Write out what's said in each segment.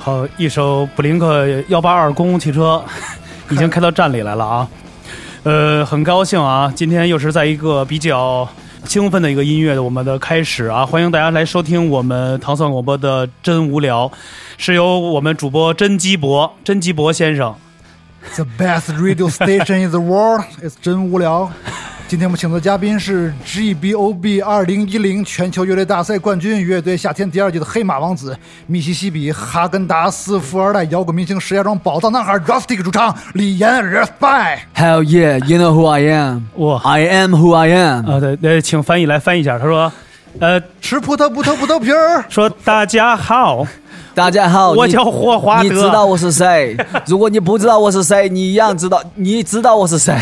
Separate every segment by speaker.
Speaker 1: 好，一首布林克幺八二公共汽车已经开到站里来了啊。呃，很高兴啊，今天又是在一个比较兴奋的一个音乐的我们的开始啊，欢迎大家来收听我们糖蒜广播的真无聊，是由我们主播甄基博、甄基博先生
Speaker 2: The best radio station in the world is 真无聊。今天我们请的嘉宾是 GBOB 二零一零全球乐队大赛冠军乐队夏天第二季的黑马王子，密西西比哈根达斯富二代摇滚明星石家庄宝藏男孩 Rustic 主唱李岩 Respect。
Speaker 3: Hell yeah, you know who I am.
Speaker 1: 哇
Speaker 3: I am who I am.
Speaker 1: 啊，对对，请翻译来翻译一下，他说，呃，
Speaker 2: 吃葡萄不萄葡萄皮儿，
Speaker 1: 说大家好，
Speaker 3: 大家好，
Speaker 1: 我
Speaker 3: 你
Speaker 1: 叫霍华
Speaker 3: 你
Speaker 1: 德
Speaker 3: 知道我 是谁？如果你不知道我是谁，你一样知道，你知道我 是谁。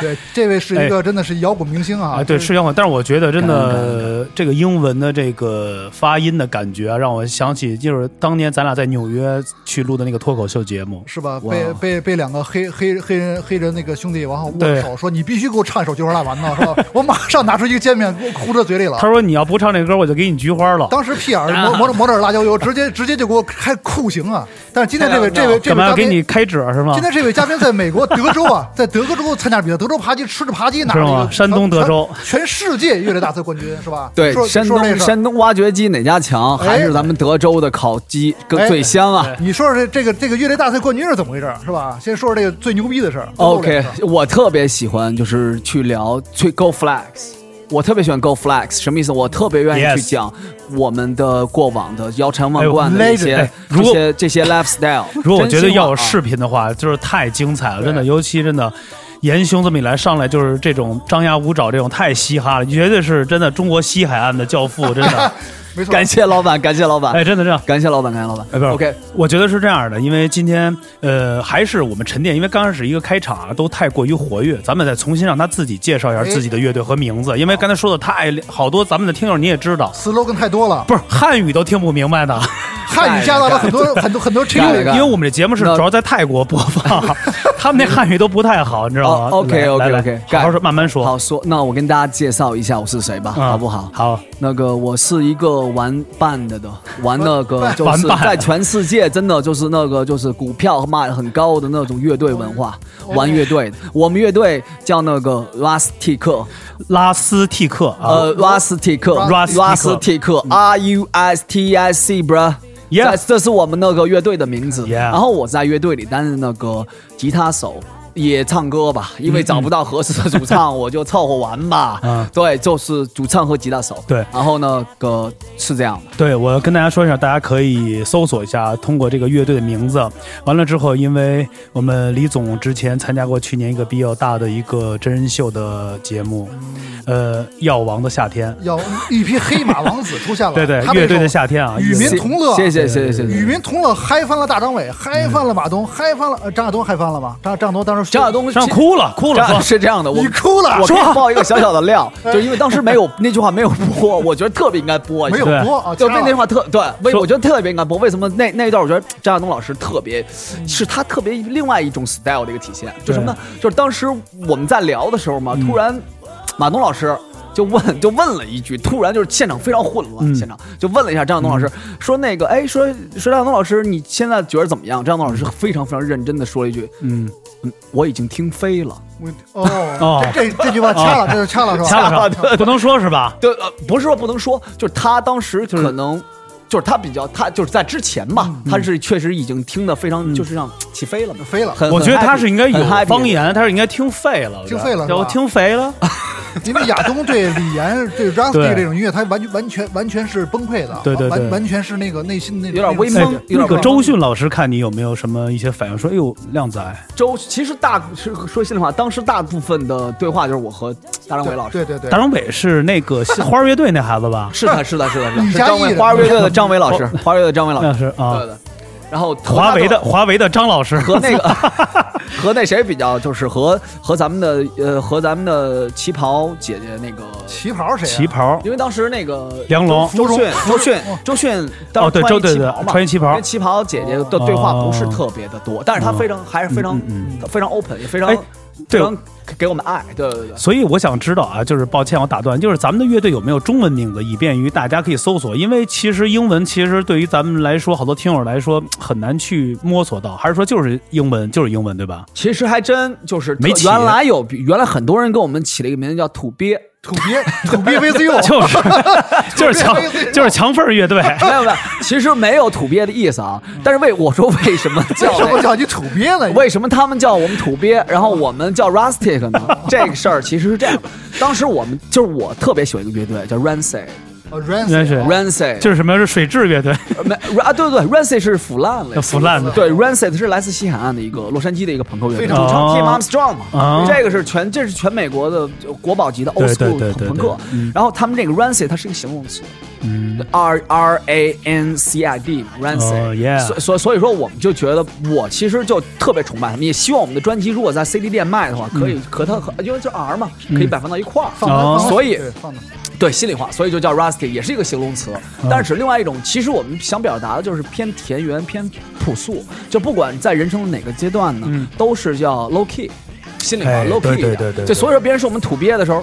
Speaker 2: 对，这位是一个真的是摇滚明星啊，
Speaker 1: 啊，对，是摇滚，但是我觉得真的这个英文的这个发音的感觉啊，让我想起就是当年咱俩在纽约去录的那个脱口秀节目。
Speaker 2: 是吧？
Speaker 3: 哇
Speaker 2: 被被被两个黑黑黑人黑人那个兄弟然后握
Speaker 1: 对
Speaker 2: 手说你必须给我唱一首《菊花大丸子》，是吧？我马上拿出一个煎饼糊在嘴里了。
Speaker 1: 他说：“你要不唱这歌，我就给你菊花了。
Speaker 2: 当时屁眼儿抹抹抹点辣椒油，直接直接就给我开酷刑啊！但是今天这位这位”这
Speaker 1: 哎干
Speaker 2: 位
Speaker 1: 嘛
Speaker 2: 嘉
Speaker 1: 要给
Speaker 2: 宾
Speaker 1: 你，开指是吗
Speaker 2: 今？天这位嘉宾在美国德州啊，在德州参加比赛，德州扒鸡吃着扒鸡拿
Speaker 1: 是
Speaker 2: 了一
Speaker 1: 吗
Speaker 2: 个
Speaker 1: 山东
Speaker 2: 全
Speaker 1: 德州
Speaker 2: 全世界乐队大赛冠军是吧？
Speaker 3: 对
Speaker 2: 说，
Speaker 3: 山
Speaker 2: 说这
Speaker 3: 东
Speaker 2: 事儿。
Speaker 3: 山东挖掘机哪家强？还
Speaker 2: 哎
Speaker 3: 是咱们德州的烤鸡更
Speaker 2: 哎
Speaker 3: 最香啊
Speaker 2: 你说说这这个这个乐队大赛冠军是怎么回事儿是吧？先说说这个最牛逼的事儿。最逗的
Speaker 3: ？OK，
Speaker 2: 事儿
Speaker 3: 我特别喜欢就是去聊去 Go Flex。我特别喜欢 Go Flex，什么意思？我特别愿意
Speaker 1: Yes
Speaker 3: 去讲我们的过往的腰缠万贯
Speaker 1: 哎
Speaker 3: 的
Speaker 1: 呦
Speaker 3: 一些、
Speaker 1: 哎如
Speaker 3: 这
Speaker 1: 果
Speaker 3: 些这些 lifestyle。
Speaker 1: 如果我觉得要有
Speaker 3: 是。
Speaker 1: 视频的话，就是太精彩了，真的，
Speaker 2: 啊对
Speaker 1: 尤其真的。严兄这么一来，上来就是这种张牙舞爪，这种太嘻哈了，绝对是真的中国西海岸的教父，真 的，
Speaker 2: 没错，
Speaker 3: 感谢老板，感谢老板，
Speaker 1: 哎，真的这样。
Speaker 3: 感谢老板，感谢老板。
Speaker 1: 哎，不是
Speaker 3: OK，
Speaker 1: 我觉得是这样的，因为今天呃还是我们沉淀，因为刚开始一个开场啊都太过于活跃，咱们再重新让他自己介绍一下
Speaker 2: 哎
Speaker 1: 自己的乐队和名字，因为刚才说的太好多，咱们的听友你也知道，
Speaker 2: slogan 太多了，
Speaker 1: 不是汉语都听不明白的，
Speaker 2: 汉语加到了很多很多很多
Speaker 3: 干
Speaker 2: trick
Speaker 3: 了干
Speaker 1: 因为我们这节目是主要在泰国播 放，他们那汉语都不太好，你知道吗
Speaker 3: 哦
Speaker 1: 来
Speaker 3: ，OK，OK，OK，
Speaker 1: 来来好好说，慢慢说，
Speaker 3: 好说，那我跟大家介绍一下我是谁吧，
Speaker 1: 嗯
Speaker 3: 好不好？
Speaker 1: 好，
Speaker 3: 那个我是一个玩 band 的，玩那个
Speaker 2: 玩
Speaker 3: 就是
Speaker 1: 玩 band
Speaker 3: 在全世界真的就是那个就是股票卖很高的那种乐队文化，玩乐队的。我们乐队叫那个拉斯蒂克，
Speaker 1: 拉斯蒂克啊
Speaker 3: 呃，拉斯蒂克，
Speaker 1: Rustic
Speaker 3: 拉斯蒂克，R U S T I C bro。
Speaker 1: Yeah
Speaker 3: 这这是我们那个乐队的名字。
Speaker 1: Yeah
Speaker 3: 然后我在乐队里担任那个吉他手，也唱歌吧，因为找不到合适的主唱，我就凑合玩吧
Speaker 1: 嗯。
Speaker 3: 对，就是主唱和吉他手。
Speaker 1: 对
Speaker 3: 然后那个是这样的。
Speaker 1: 对，我跟大家说一下，大家可以搜索一下，通过这个乐队的名字。完了之后，因为我们李总之前参加过去年一个比较大的一个真人秀的节目，呃，《药王的夏天》。
Speaker 2: 要一匹黑马王子出现了，
Speaker 1: 对对
Speaker 2: 他，们
Speaker 1: 乐队的
Speaker 2: 这首
Speaker 1: 夏天啊，
Speaker 2: 与民同乐
Speaker 3: 谢谢谢谢谢
Speaker 2: 与
Speaker 3: 谢。
Speaker 2: 民同乐，嗨翻了大张伟，嗨翻了马东，嗨翻了呃张亚东，嗨翻了吗？张张亚东当时
Speaker 3: 张亚东
Speaker 1: 上哭了，哭了，
Speaker 3: 张
Speaker 1: 说
Speaker 3: 是这样的，我
Speaker 2: 你哭了
Speaker 3: 我可以
Speaker 2: 说
Speaker 3: 爆一个小小的 料，就因为当时没有那句话没有播，我觉得特别应该播一
Speaker 2: 没
Speaker 3: 下
Speaker 2: 有
Speaker 1: 对
Speaker 2: 播啊，
Speaker 3: 哦就
Speaker 2: 掐
Speaker 3: 那
Speaker 2: 了
Speaker 3: 那句话特对，为
Speaker 1: 说
Speaker 3: 我觉得特别感动。为什么那那一段我觉得张亚东老师特别，
Speaker 1: 嗯
Speaker 3: 是他特别另外一种 style 的一个体现，就什么呢？就是当时我们在聊的时候
Speaker 1: 嗯
Speaker 3: 嘛，突然马东老师。就问就问了一句，突然就是现场非常混乱，
Speaker 1: 嗯
Speaker 3: 现场就问了一下张亚东老师，说那个哎，说说张亚东老师，你现在觉得怎么样？张亚东老师非常非常认真的说了一句，
Speaker 1: 嗯，
Speaker 3: 嗯，我已经听飞了。
Speaker 2: 我哦
Speaker 1: 哦，
Speaker 2: 这这这句话掐了，这就掐了是吧？
Speaker 1: 掐了，不能说是吧？
Speaker 3: 对，呃，不是说不能说，就是他当时可能就是他比较，他就是在之前吧，
Speaker 1: 嗯
Speaker 3: 他是确实已经听得非常，就是像起飞了嘛，
Speaker 2: 飞了
Speaker 3: 很
Speaker 1: 我觉得他是应该有方，
Speaker 3: 很 happy，很 happy
Speaker 1: 言，他是应该听废了，我觉得
Speaker 2: 听废了是吧
Speaker 1: 我听肥了。
Speaker 2: 因为亚东对李岩、对 r a s t
Speaker 1: 对
Speaker 2: y 这种音乐，他完完全完全是崩溃的，
Speaker 1: 对对对
Speaker 2: 完完全是那个内心那种
Speaker 3: 有点微
Speaker 1: 哎
Speaker 3: 懵有，点
Speaker 1: 那个
Speaker 3: 懵
Speaker 1: 周迅老师看你有没有什么一些反应？说，哎呦，靓仔，
Speaker 3: 周其实大是说心里话，当时大部分的对话就是我和大张伟老师，
Speaker 2: 对对对
Speaker 1: 大，张伟是那个花儿乐队那孩子吧？
Speaker 3: 是的，是的，是的，是的
Speaker 2: 李
Speaker 3: 是
Speaker 2: 佳
Speaker 3: 张
Speaker 2: 艺
Speaker 3: 伟
Speaker 2: 的
Speaker 3: 花儿乐队的张伟老师，花儿乐队的张伟老
Speaker 1: 那
Speaker 3: 师，
Speaker 1: 是啊
Speaker 3: 对，的。然后
Speaker 1: 哦华为的华为的张老师，
Speaker 3: 和那个和那谁比较，就是和和咱们的呃和咱们的旗袍姐姐那个，
Speaker 2: 旗袍谁、啊？
Speaker 1: 旗袍
Speaker 3: 因为当时那个
Speaker 1: 梁龙
Speaker 3: 周周迅周迅哦周迅当时
Speaker 1: 对
Speaker 3: 穿
Speaker 1: 周
Speaker 3: 一旗
Speaker 1: 对对
Speaker 3: 袍嘛，哦
Speaker 1: 穿一旗袍
Speaker 3: 跟旗袍姐姐的对话不是特别的多，但是她非常还是非常非常 open，也非常
Speaker 1: 哎
Speaker 3: 非
Speaker 1: 对
Speaker 3: 常给我们爱，对对对。
Speaker 1: 所以我想知道啊，就是抱歉，我打断，就是咱们的乐队有没有中文名字，以便于大家可以搜索？因为其实英文其实对于咱们来说，好多听友来说很难去摸索到，还是说就是英文就是英文对 吧？
Speaker 3: 其实还真就是
Speaker 1: 没起
Speaker 3: 原来有原来很多人给我们起了一个名字叫土 鳖，
Speaker 2: 土鳖，土鳖 VCU，
Speaker 1: 就是 就是 强就是强份儿乐队，
Speaker 3: 没有没有，其实没有土鳖的意思啊，但是为我说为什么 叫
Speaker 2: 为什么叫你土鳖呢？
Speaker 3: 为什么他们叫我们土鳖，然后我们叫 rustic 呢？这个事儿其实是这样，当时我们就是我特别喜欢一个乐队叫 Rancid，Rancid，
Speaker 2: 哦 Rancid，
Speaker 1: 真是
Speaker 3: Rancid,
Speaker 1: 就是什么是水质乐队，
Speaker 3: 没啊对对对，Rancid 是腐烂了，
Speaker 1: 腐烂的
Speaker 3: 对，Rancid 是来自西海岸的一个洛杉矶的一个朋克乐队，
Speaker 2: 非
Speaker 3: 主
Speaker 2: 常
Speaker 3: 唱
Speaker 1: 哦
Speaker 3: Tim Armstrong 嘛，
Speaker 1: 哦
Speaker 3: 这个是全这是全美国的就国宝级的 old
Speaker 1: 对
Speaker 3: school
Speaker 1: 对对对
Speaker 3: 朋克
Speaker 1: 对嗯，
Speaker 3: 然后他们这个 Rancid 它是一个形容词，
Speaker 1: 嗯，
Speaker 3: R R A N C I D Rancid，、
Speaker 1: 哦，yeah
Speaker 3: 所所所以说我们就觉得我其实就特别崇拜他们，也希望我们的专辑如果在 CD 店卖的话，可以和它和因为这 R 嘛，可以摆放到一块儿。
Speaker 2: 放到
Speaker 1: 嗯哦
Speaker 2: 放到
Speaker 3: 所以
Speaker 2: 对放到
Speaker 3: 对，心里话，所以就叫 Rustic，也是一个形容词，
Speaker 1: 嗯
Speaker 3: 但是另外一种，其实我们想表达的就是偏田园、偏朴素，就不管在人生的哪个阶段呢，
Speaker 1: 嗯
Speaker 3: 都是叫 low key，心里话、
Speaker 1: 哎
Speaker 3: low key
Speaker 1: 对
Speaker 3: 一
Speaker 1: 对
Speaker 3: 点。
Speaker 1: 对对
Speaker 3: 就
Speaker 1: 对
Speaker 3: 所以说别人说我们土鳖的时候，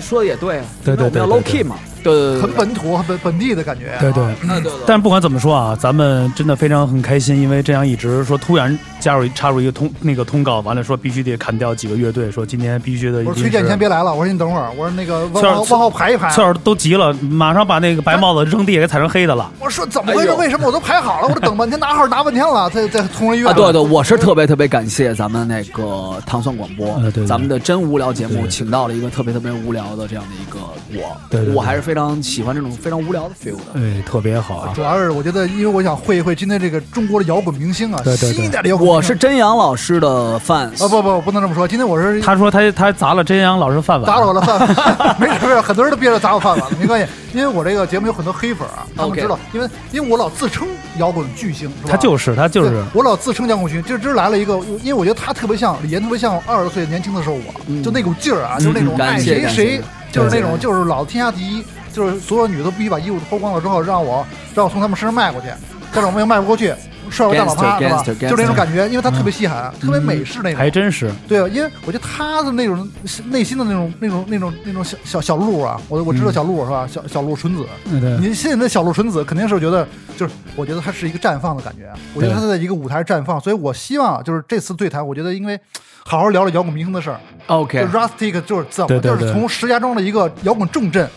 Speaker 3: 说的也对啊，
Speaker 1: 对对对
Speaker 3: 因为
Speaker 1: 对
Speaker 3: 我们要 low
Speaker 1: 对
Speaker 3: key 嘛，对对对对
Speaker 2: 很本土、很本本地的感觉。
Speaker 1: 对对
Speaker 2: 啊
Speaker 3: 对对对
Speaker 1: 但不管怎么说啊，咱们真的非常很开心，因为这样一直说突然加入一插入一个通那个通告，完了说必须得砍掉几个乐队，说今天必须得。
Speaker 2: 我说崔健，你先别来了。我说你等会儿，我说那个
Speaker 1: 崔
Speaker 2: 问
Speaker 1: 老
Speaker 2: 号问号排一排。
Speaker 1: 翠儿都急了，马上把那个白帽子扔地给踩成黑的了。
Speaker 2: 我说怎么回事？
Speaker 3: 哎呦
Speaker 2: 为什么我都排好了？我这等半天拿号拿半天了，再再通了一月。
Speaker 3: 啊，对对，我是特别特别感谢咱们那个糖蒜广播，
Speaker 1: 呃对对
Speaker 3: 咱们的真无聊节
Speaker 1: 对
Speaker 3: 目，
Speaker 1: 对
Speaker 3: 请到了一个特别特别无聊的这样的一个我，
Speaker 1: 对对对
Speaker 3: 我还是非常喜欢这种非常无聊的 feel 的。
Speaker 1: 哎，特别好啊
Speaker 2: 主！要是我觉得，因为我想会一会今天这个中国的摇滚明星啊，
Speaker 1: 对对对
Speaker 2: 新一代的摇滚明
Speaker 3: 我
Speaker 2: 星。
Speaker 3: 是真阳老师的 fans
Speaker 2: 啊，不不，我不能这么说。今天我是
Speaker 1: 他说他他砸了真阳老师饭碗，
Speaker 2: 砸了我的 饭碗，没事没事，很多人都憋着砸我饭碗了，没关系，因为我这个节目有很多黑粉啊，他们
Speaker 3: OK
Speaker 2: 知道，因为因为我老自称摇滚巨星，是吧？
Speaker 1: 他就是他就是
Speaker 2: 对我老自称摇滚巨星，就今儿来了一个，因为我觉得他特别像李岩，特别像二十岁年轻的时候我，就那股劲儿啊，就是那种
Speaker 3: 嗯感
Speaker 2: 爱
Speaker 3: 谢
Speaker 2: 谁
Speaker 3: 感谢
Speaker 2: 谁，就是那
Speaker 3: 感
Speaker 2: 种
Speaker 3: 谢
Speaker 2: 就是老天下第一，就是所有女的都必须把衣服脱光了之后，让我让我从他们身上迈过去，但是我们又迈不过去。帅个大老趴是吧？
Speaker 3: Gangster, gangster, 嗯
Speaker 2: 就那种感觉，因为他特别稀罕，特别美式那种。
Speaker 1: 还真是
Speaker 2: 对，因为我觉得他的那种内心的那种、那种、那种、那种小小小鹿啊，我我知
Speaker 3: 嗯
Speaker 2: 道小鹿是吧？小小鹿纯子，
Speaker 1: 嗯对
Speaker 2: 您现在的小鹿纯子肯定是觉得，就是我觉得他是一个绽放的感觉，啊我觉得他在一个舞台绽放，所以我希望就是这次对谈，我觉得因为好好聊聊摇滚明星的事儿。就
Speaker 3: OK，
Speaker 2: Rustic 就是怎
Speaker 1: 对
Speaker 2: 么
Speaker 1: 对
Speaker 2: 就是
Speaker 1: 对
Speaker 2: 从石家庄的一个摇滚 重镇，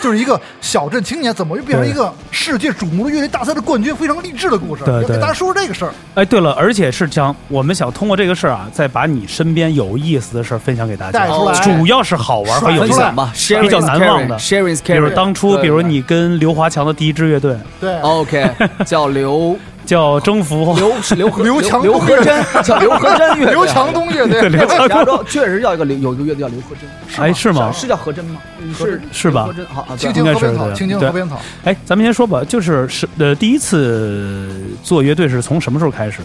Speaker 2: 就是一个小镇青年，怎么就变成一个世界瞩目的乐队大赛的冠军，非常励志的故事。
Speaker 1: 对
Speaker 2: 要给
Speaker 1: 对
Speaker 2: 大家说说这个事儿。
Speaker 1: 哎，对了，而且是想我们想通过这个事儿啊，再把你身边有意思的事儿分享给大家
Speaker 2: 带出来，
Speaker 1: 主要哎是好玩和有
Speaker 3: 分
Speaker 1: 意思
Speaker 2: 出来
Speaker 3: 享，吧
Speaker 1: 比较难忘的
Speaker 3: ，Sharing is
Speaker 1: 比
Speaker 3: caring，
Speaker 1: 如当初，
Speaker 3: 对
Speaker 1: 比如你跟刘华强的第一支乐队
Speaker 2: 对，
Speaker 3: OK，叫刘
Speaker 1: 叫《征服》，
Speaker 3: 哦刘是刘和
Speaker 2: 刘强东
Speaker 3: 刘和珍，叫刘和珍乐队，
Speaker 2: 刘强东乐队，
Speaker 1: 刘强
Speaker 3: 石家庄确实叫一个刘有一个乐队叫刘和珍，
Speaker 1: 哎，是吗？
Speaker 3: 是叫和珍吗？是
Speaker 1: 是吧
Speaker 3: 刘和珍好，啊对
Speaker 2: 青青河边
Speaker 1: 应该
Speaker 2: 草，
Speaker 1: 是
Speaker 2: 青青
Speaker 1: 对
Speaker 2: 河边草。
Speaker 1: 哎，咱们先说吧，就是是呃，第一次做乐队是从什么时候开始？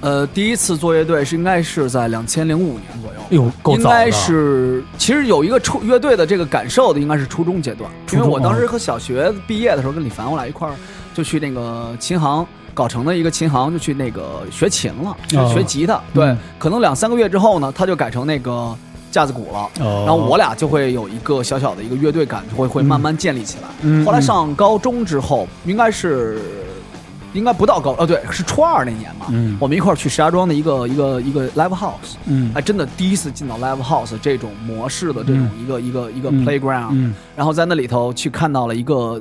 Speaker 3: 呃，第一次做乐队是应该是在两千零五年左右。
Speaker 1: 哎呦，够
Speaker 3: 应
Speaker 1: 早的，
Speaker 3: 该是，其实有一个初乐队的这个感受的，应该是初中阶段，
Speaker 1: 初
Speaker 3: 因
Speaker 1: 中
Speaker 3: 为我当时和小学毕业的时候，跟李凡我俩一块儿就去那个琴行。搞成的一个琴行就去那个学琴了，就学吉他。对，
Speaker 1: 哦嗯
Speaker 3: 可能两三个月之后呢，他就改成那个架子鼓了。
Speaker 1: 哦
Speaker 3: 然后我俩就会有一个小小的一个乐队感，就会会慢慢建立起来。
Speaker 1: 嗯
Speaker 3: 后来上高中之后，应该是应该不到高，哦对，是初二那年嘛，
Speaker 1: 嗯
Speaker 3: 我们一块儿去石家庄的一个一个一个 live house，
Speaker 1: 嗯
Speaker 3: 哎，真的第一次进到 live house 这种模式的这种一个、一个一个 playground，、
Speaker 1: 嗯
Speaker 3: 然后在那里头去看到了一个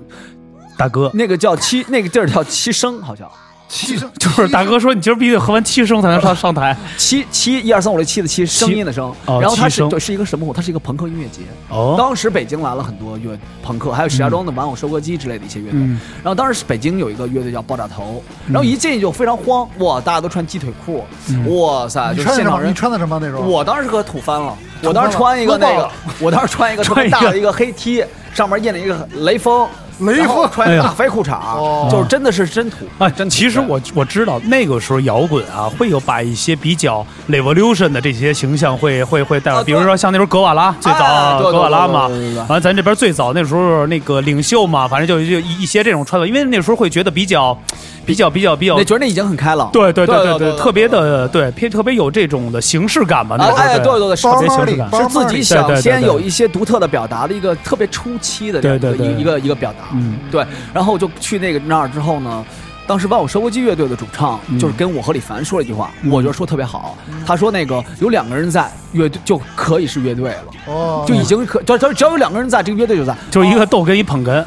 Speaker 1: 大哥，
Speaker 3: 那个叫七，那个地儿叫七声，好像
Speaker 2: 七声
Speaker 1: 就是大哥说你今儿必须得喝完七升才能上上台。
Speaker 3: 七七一二三五六七的七，声音的声。
Speaker 1: 哦
Speaker 3: 然后它
Speaker 1: 七
Speaker 3: 是
Speaker 1: 声
Speaker 3: 对，是一个什么活？它是一个朋克音乐节。
Speaker 1: 哦，
Speaker 3: 当时北京来了很多乐朋克，还有石家庄的玩偶收割机之类的一些乐队。
Speaker 1: 嗯
Speaker 3: 然后当时北京有一个乐队叫爆炸头，然后一进去就非常慌，哇，大家都穿鸡腿裤，
Speaker 1: 嗯
Speaker 3: 哇塞，
Speaker 2: 你
Speaker 3: 就
Speaker 2: 穿的什
Speaker 3: 是现场
Speaker 2: 么？你
Speaker 3: 人。
Speaker 2: 穿的什么那时候？
Speaker 3: 我当时可土翻了，
Speaker 2: 土翻了
Speaker 3: 我当时穿一个那
Speaker 2: 撸爆
Speaker 3: 个
Speaker 2: 了，
Speaker 3: 我当时穿一个特别大的一个黑 T，上面印了一个雷锋，
Speaker 2: 雷锋
Speaker 3: 然后穿一个大肥裤�衩
Speaker 1: 哎
Speaker 2: 哦，
Speaker 3: 就是真的是真土
Speaker 1: 啊，，
Speaker 3: 真土
Speaker 1: 其实
Speaker 3: 对
Speaker 1: 我我知道那个时候摇滚啊，会有把一些比较 revolution 的这些形象会会会带
Speaker 3: 啊
Speaker 1: 入，
Speaker 3: 对
Speaker 1: 比如说像那时候格瓦拉最早
Speaker 3: 哎
Speaker 1: 啊
Speaker 3: 对对
Speaker 1: 格瓦拉嘛
Speaker 3: 对对对对对，
Speaker 1: 完了咱这边最早那时候那个领袖嘛，反正就就一一些这种穿法，因为那时候会觉得比较比较比较比较
Speaker 3: 那。觉得那已经很开朗，
Speaker 1: 哦对对对
Speaker 3: 对
Speaker 1: 对，特别的对，偏特别有这种的形式感嘛。那时候
Speaker 3: 哎，哎对对对，是
Speaker 2: 包
Speaker 1: 特别
Speaker 2: 包
Speaker 1: 形
Speaker 2: 里
Speaker 1: 式感
Speaker 2: 包
Speaker 3: 是自己想
Speaker 1: 对对对
Speaker 3: 先
Speaker 1: 对
Speaker 3: 有一些独特的表达的一个特别初期的这样
Speaker 1: 对对对
Speaker 3: 一个一个一个表达，
Speaker 1: 嗯
Speaker 3: 对。然后我就去那个那儿之后呢，当时万有收割机乐队的主唱
Speaker 1: 嗯
Speaker 3: 就是跟我和李凡说了一句话，我觉得说特别好。他说那个有两个人在乐队就可以是乐队了，
Speaker 2: 哦，
Speaker 3: 就已经可只要只要有两个人在，这个乐队 就在。
Speaker 1: 就是一个逗跟一捧哏。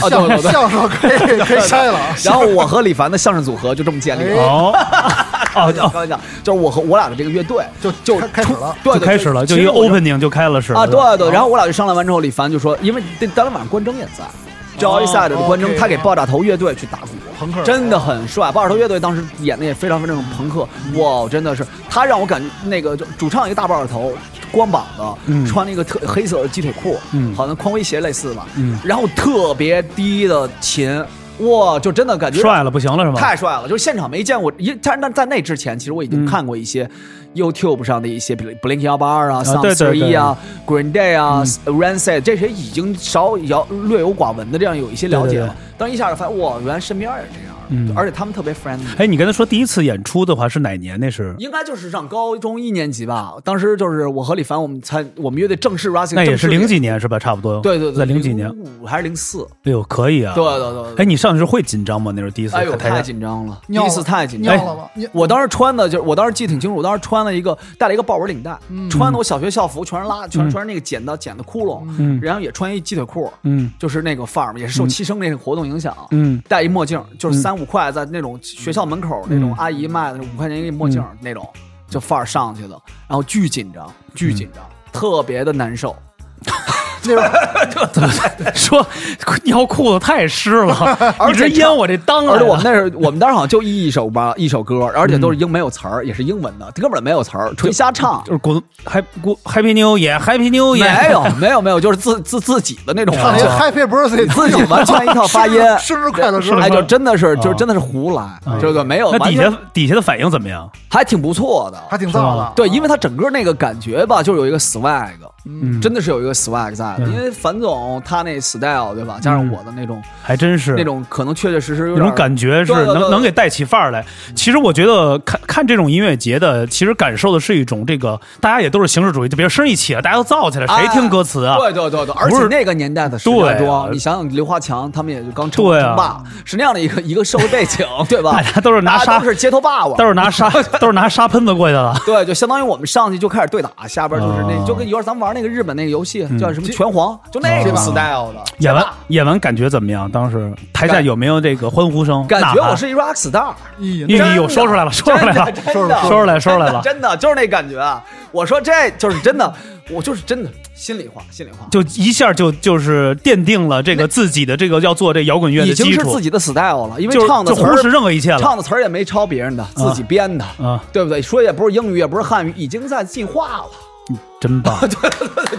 Speaker 3: 啊，对对对。
Speaker 2: 笑声可以可以拆了。啊
Speaker 3: 然后我和李凡的相声组合就这么建立了。
Speaker 1: 哦哦
Speaker 3: 开玩笑，
Speaker 1: 哦，
Speaker 3: 开玩笑，就是我和我俩的这个乐队
Speaker 2: 就
Speaker 3: 就
Speaker 2: 哎开开始
Speaker 3: 出
Speaker 2: 了，
Speaker 3: 对，
Speaker 1: 就
Speaker 3: 对
Speaker 1: 开始了，就一个。
Speaker 3: 其实我
Speaker 1: opening 就开了似的。
Speaker 3: 啊，
Speaker 1: 是吧
Speaker 3: 对对，然后我俩就商量完之后，李凡就说，因为那当天晚上关征也
Speaker 1: 哦
Speaker 3: 在。Joyside 的关征，
Speaker 2: OK
Speaker 3: 他给爆炸头乐队去打鼓，
Speaker 2: 朋
Speaker 1: 嗯
Speaker 2: 克
Speaker 3: 真的很帅。爆炸头乐队当时演的也非常非常朋克，
Speaker 1: 嗯
Speaker 3: 哇，真的是他让我感觉那个就主唱一个大爆炸头，光膀
Speaker 1: 嗯
Speaker 3: 子，穿了一个特黑色的鸡腿裤，
Speaker 1: 嗯
Speaker 3: 好像匡威鞋类似吧
Speaker 1: 嗯，
Speaker 3: 然后特别低的琴，哇，就真的感觉
Speaker 1: 帅了，不行了是吧？
Speaker 3: 太帅了，就是现场没见过。因但但在那之前，其实我已
Speaker 1: 嗯
Speaker 3: 经看过一些 YouTube 上的一些，比如 Blink 幺八二啊、s o m
Speaker 1: 对
Speaker 3: e
Speaker 1: 对
Speaker 3: t
Speaker 1: 对嗯
Speaker 3: e 啊、Green Day 啊、Rancid 这些已经少有略有寡闻的这样有一些了
Speaker 1: 对
Speaker 3: 解
Speaker 1: 对
Speaker 3: 了。当时一下就发现，哇，原来身边也是这样的，
Speaker 1: 嗯
Speaker 3: 而且他们特别 friendly。
Speaker 1: 哎，你跟他说第一次演出的话是哪年？那是
Speaker 3: 应该就是上高中一年级吧，当时就是我和李凡，我们参我们乐队正式 r a s i n
Speaker 1: 那也是零，几年是吧？差不多。
Speaker 3: 对对对，
Speaker 1: 在零几年。
Speaker 3: 五还是零四？
Speaker 1: 哎呦，可以啊。
Speaker 3: 对对对对
Speaker 1: 哎，你上去时候会紧张吗？那时候第一次
Speaker 3: 哎呦，
Speaker 1: 看台
Speaker 3: 太
Speaker 1: 下。
Speaker 3: 紧张了，第
Speaker 2: 尿
Speaker 3: 一
Speaker 2: 了
Speaker 3: 次太紧张哎
Speaker 2: 尿了吧？你
Speaker 3: 我当时穿的就是，我当时记得挺清楚，我当时穿了一个带了一个豹纹领带，穿的我小学校服全是拉，全是全是那个剪的剪的窟窿，
Speaker 1: 嗯
Speaker 3: 然后也穿一鸡腿裤，
Speaker 1: 嗯
Speaker 3: 就是那个范儿嘛，也是受七生那个活动影响，
Speaker 1: 嗯 嗯
Speaker 3: 戴一墨镜，就是三五块在那种学校门口那种阿姨卖的五块钱一墨镜那种，就范儿上去的，然后巨紧张，巨
Speaker 1: 嗯
Speaker 3: 紧张，特别的难受。
Speaker 2: 那边
Speaker 1: 说尿裤子太湿 了，一直淹我这裆
Speaker 3: 而且我
Speaker 1: 来了。
Speaker 3: 们那时候，我们当时好像就一首吧，一首歌，而且
Speaker 1: 嗯
Speaker 3: 都是英没有词儿，也是英文的，根本没有词儿，纯瞎唱。
Speaker 1: 就是滚，还滚，Happy New Year，Happy New Year。
Speaker 3: 没有，没有，没有，就是自自自己的那种
Speaker 2: 唱
Speaker 3: 玩
Speaker 2: 那
Speaker 3: 笑
Speaker 2: 个 Happy Birthday，
Speaker 3: 哎自己完全一套发音，
Speaker 2: 生日快乐歌，
Speaker 3: 哎，就真的是，就真的是胡来，这个没有，
Speaker 1: 那
Speaker 3: 完
Speaker 1: 底
Speaker 3: 全
Speaker 1: 下底下的反应怎么样？
Speaker 3: 还挺不错
Speaker 2: 还
Speaker 3: 的。
Speaker 2: 挺燥啊的。
Speaker 3: 对，因为他整个那个感觉吧，就是有一个 swag，
Speaker 1: 嗯
Speaker 3: 真的是有一个 swag 在的。
Speaker 1: 嗯
Speaker 3: 因为樊总他那 style 对吧，加上我的那种
Speaker 1: 还真是
Speaker 3: 那种，可能确确实实有
Speaker 1: 那
Speaker 3: 点
Speaker 1: 种感觉是
Speaker 3: 对对对
Speaker 1: 能
Speaker 3: 对
Speaker 1: 能给带起范儿来。其实我觉得看看这种音乐节的，其实感受的是一种这个，大家也都是形式主义，就别生一起了，大家都燥起来，谁
Speaker 3: 哎
Speaker 1: 听歌词啊？
Speaker 3: 对对对对，而
Speaker 1: 不
Speaker 3: 且
Speaker 1: 是
Speaker 3: 那个年代的石
Speaker 1: 对
Speaker 3: 家
Speaker 1: 啊
Speaker 3: 庄，你想想刘华强他们也就刚称
Speaker 1: 对啊
Speaker 3: 称霸，是那样的一个一个社会背景，对吧？
Speaker 1: 大家都是拿
Speaker 3: 大家都
Speaker 1: 沙
Speaker 3: 是街头霸王，
Speaker 1: 都是拿 沙都是拿沙喷子过去的。
Speaker 3: 对，就相当于我们上去就开始对打，下边就是那、
Speaker 1: 哦
Speaker 3: 就跟有点咱们玩那个日本那个游戏、
Speaker 1: 嗯
Speaker 3: 叫什么拳皇，就那
Speaker 1: 哦
Speaker 3: 种 style 的。
Speaker 1: 演完演完感觉怎么样？当时台下有没有这个欢呼声？
Speaker 3: 感
Speaker 1: 呐
Speaker 3: 觉
Speaker 1: 喊
Speaker 3: 我是一 rock star，
Speaker 2: 咦
Speaker 1: 咦咦，
Speaker 3: 真
Speaker 1: 我
Speaker 3: 的
Speaker 1: 说出来了，说出来了，
Speaker 3: 真的真的
Speaker 1: 说出来，说出来了。
Speaker 3: 真的就是那感觉啊！我说这就是真的，我就是真的，心里话，心里话，
Speaker 1: 就一下就就是奠定了这个自己的这个要做这摇滚乐的
Speaker 3: 已经
Speaker 1: 基
Speaker 3: 是
Speaker 1: 础
Speaker 3: 自，己的 style 了，因
Speaker 1: 就
Speaker 3: 为
Speaker 1: 是
Speaker 3: 唱的
Speaker 1: 就
Speaker 3: 词
Speaker 1: 忽视
Speaker 3: 儿，
Speaker 1: 任何一切了。
Speaker 3: 唱的词儿也没抄别人的，自己编的，
Speaker 1: 啊，
Speaker 3: 对不对？说也不是英语，也不是汉语，已经在进化了，
Speaker 1: 真棒！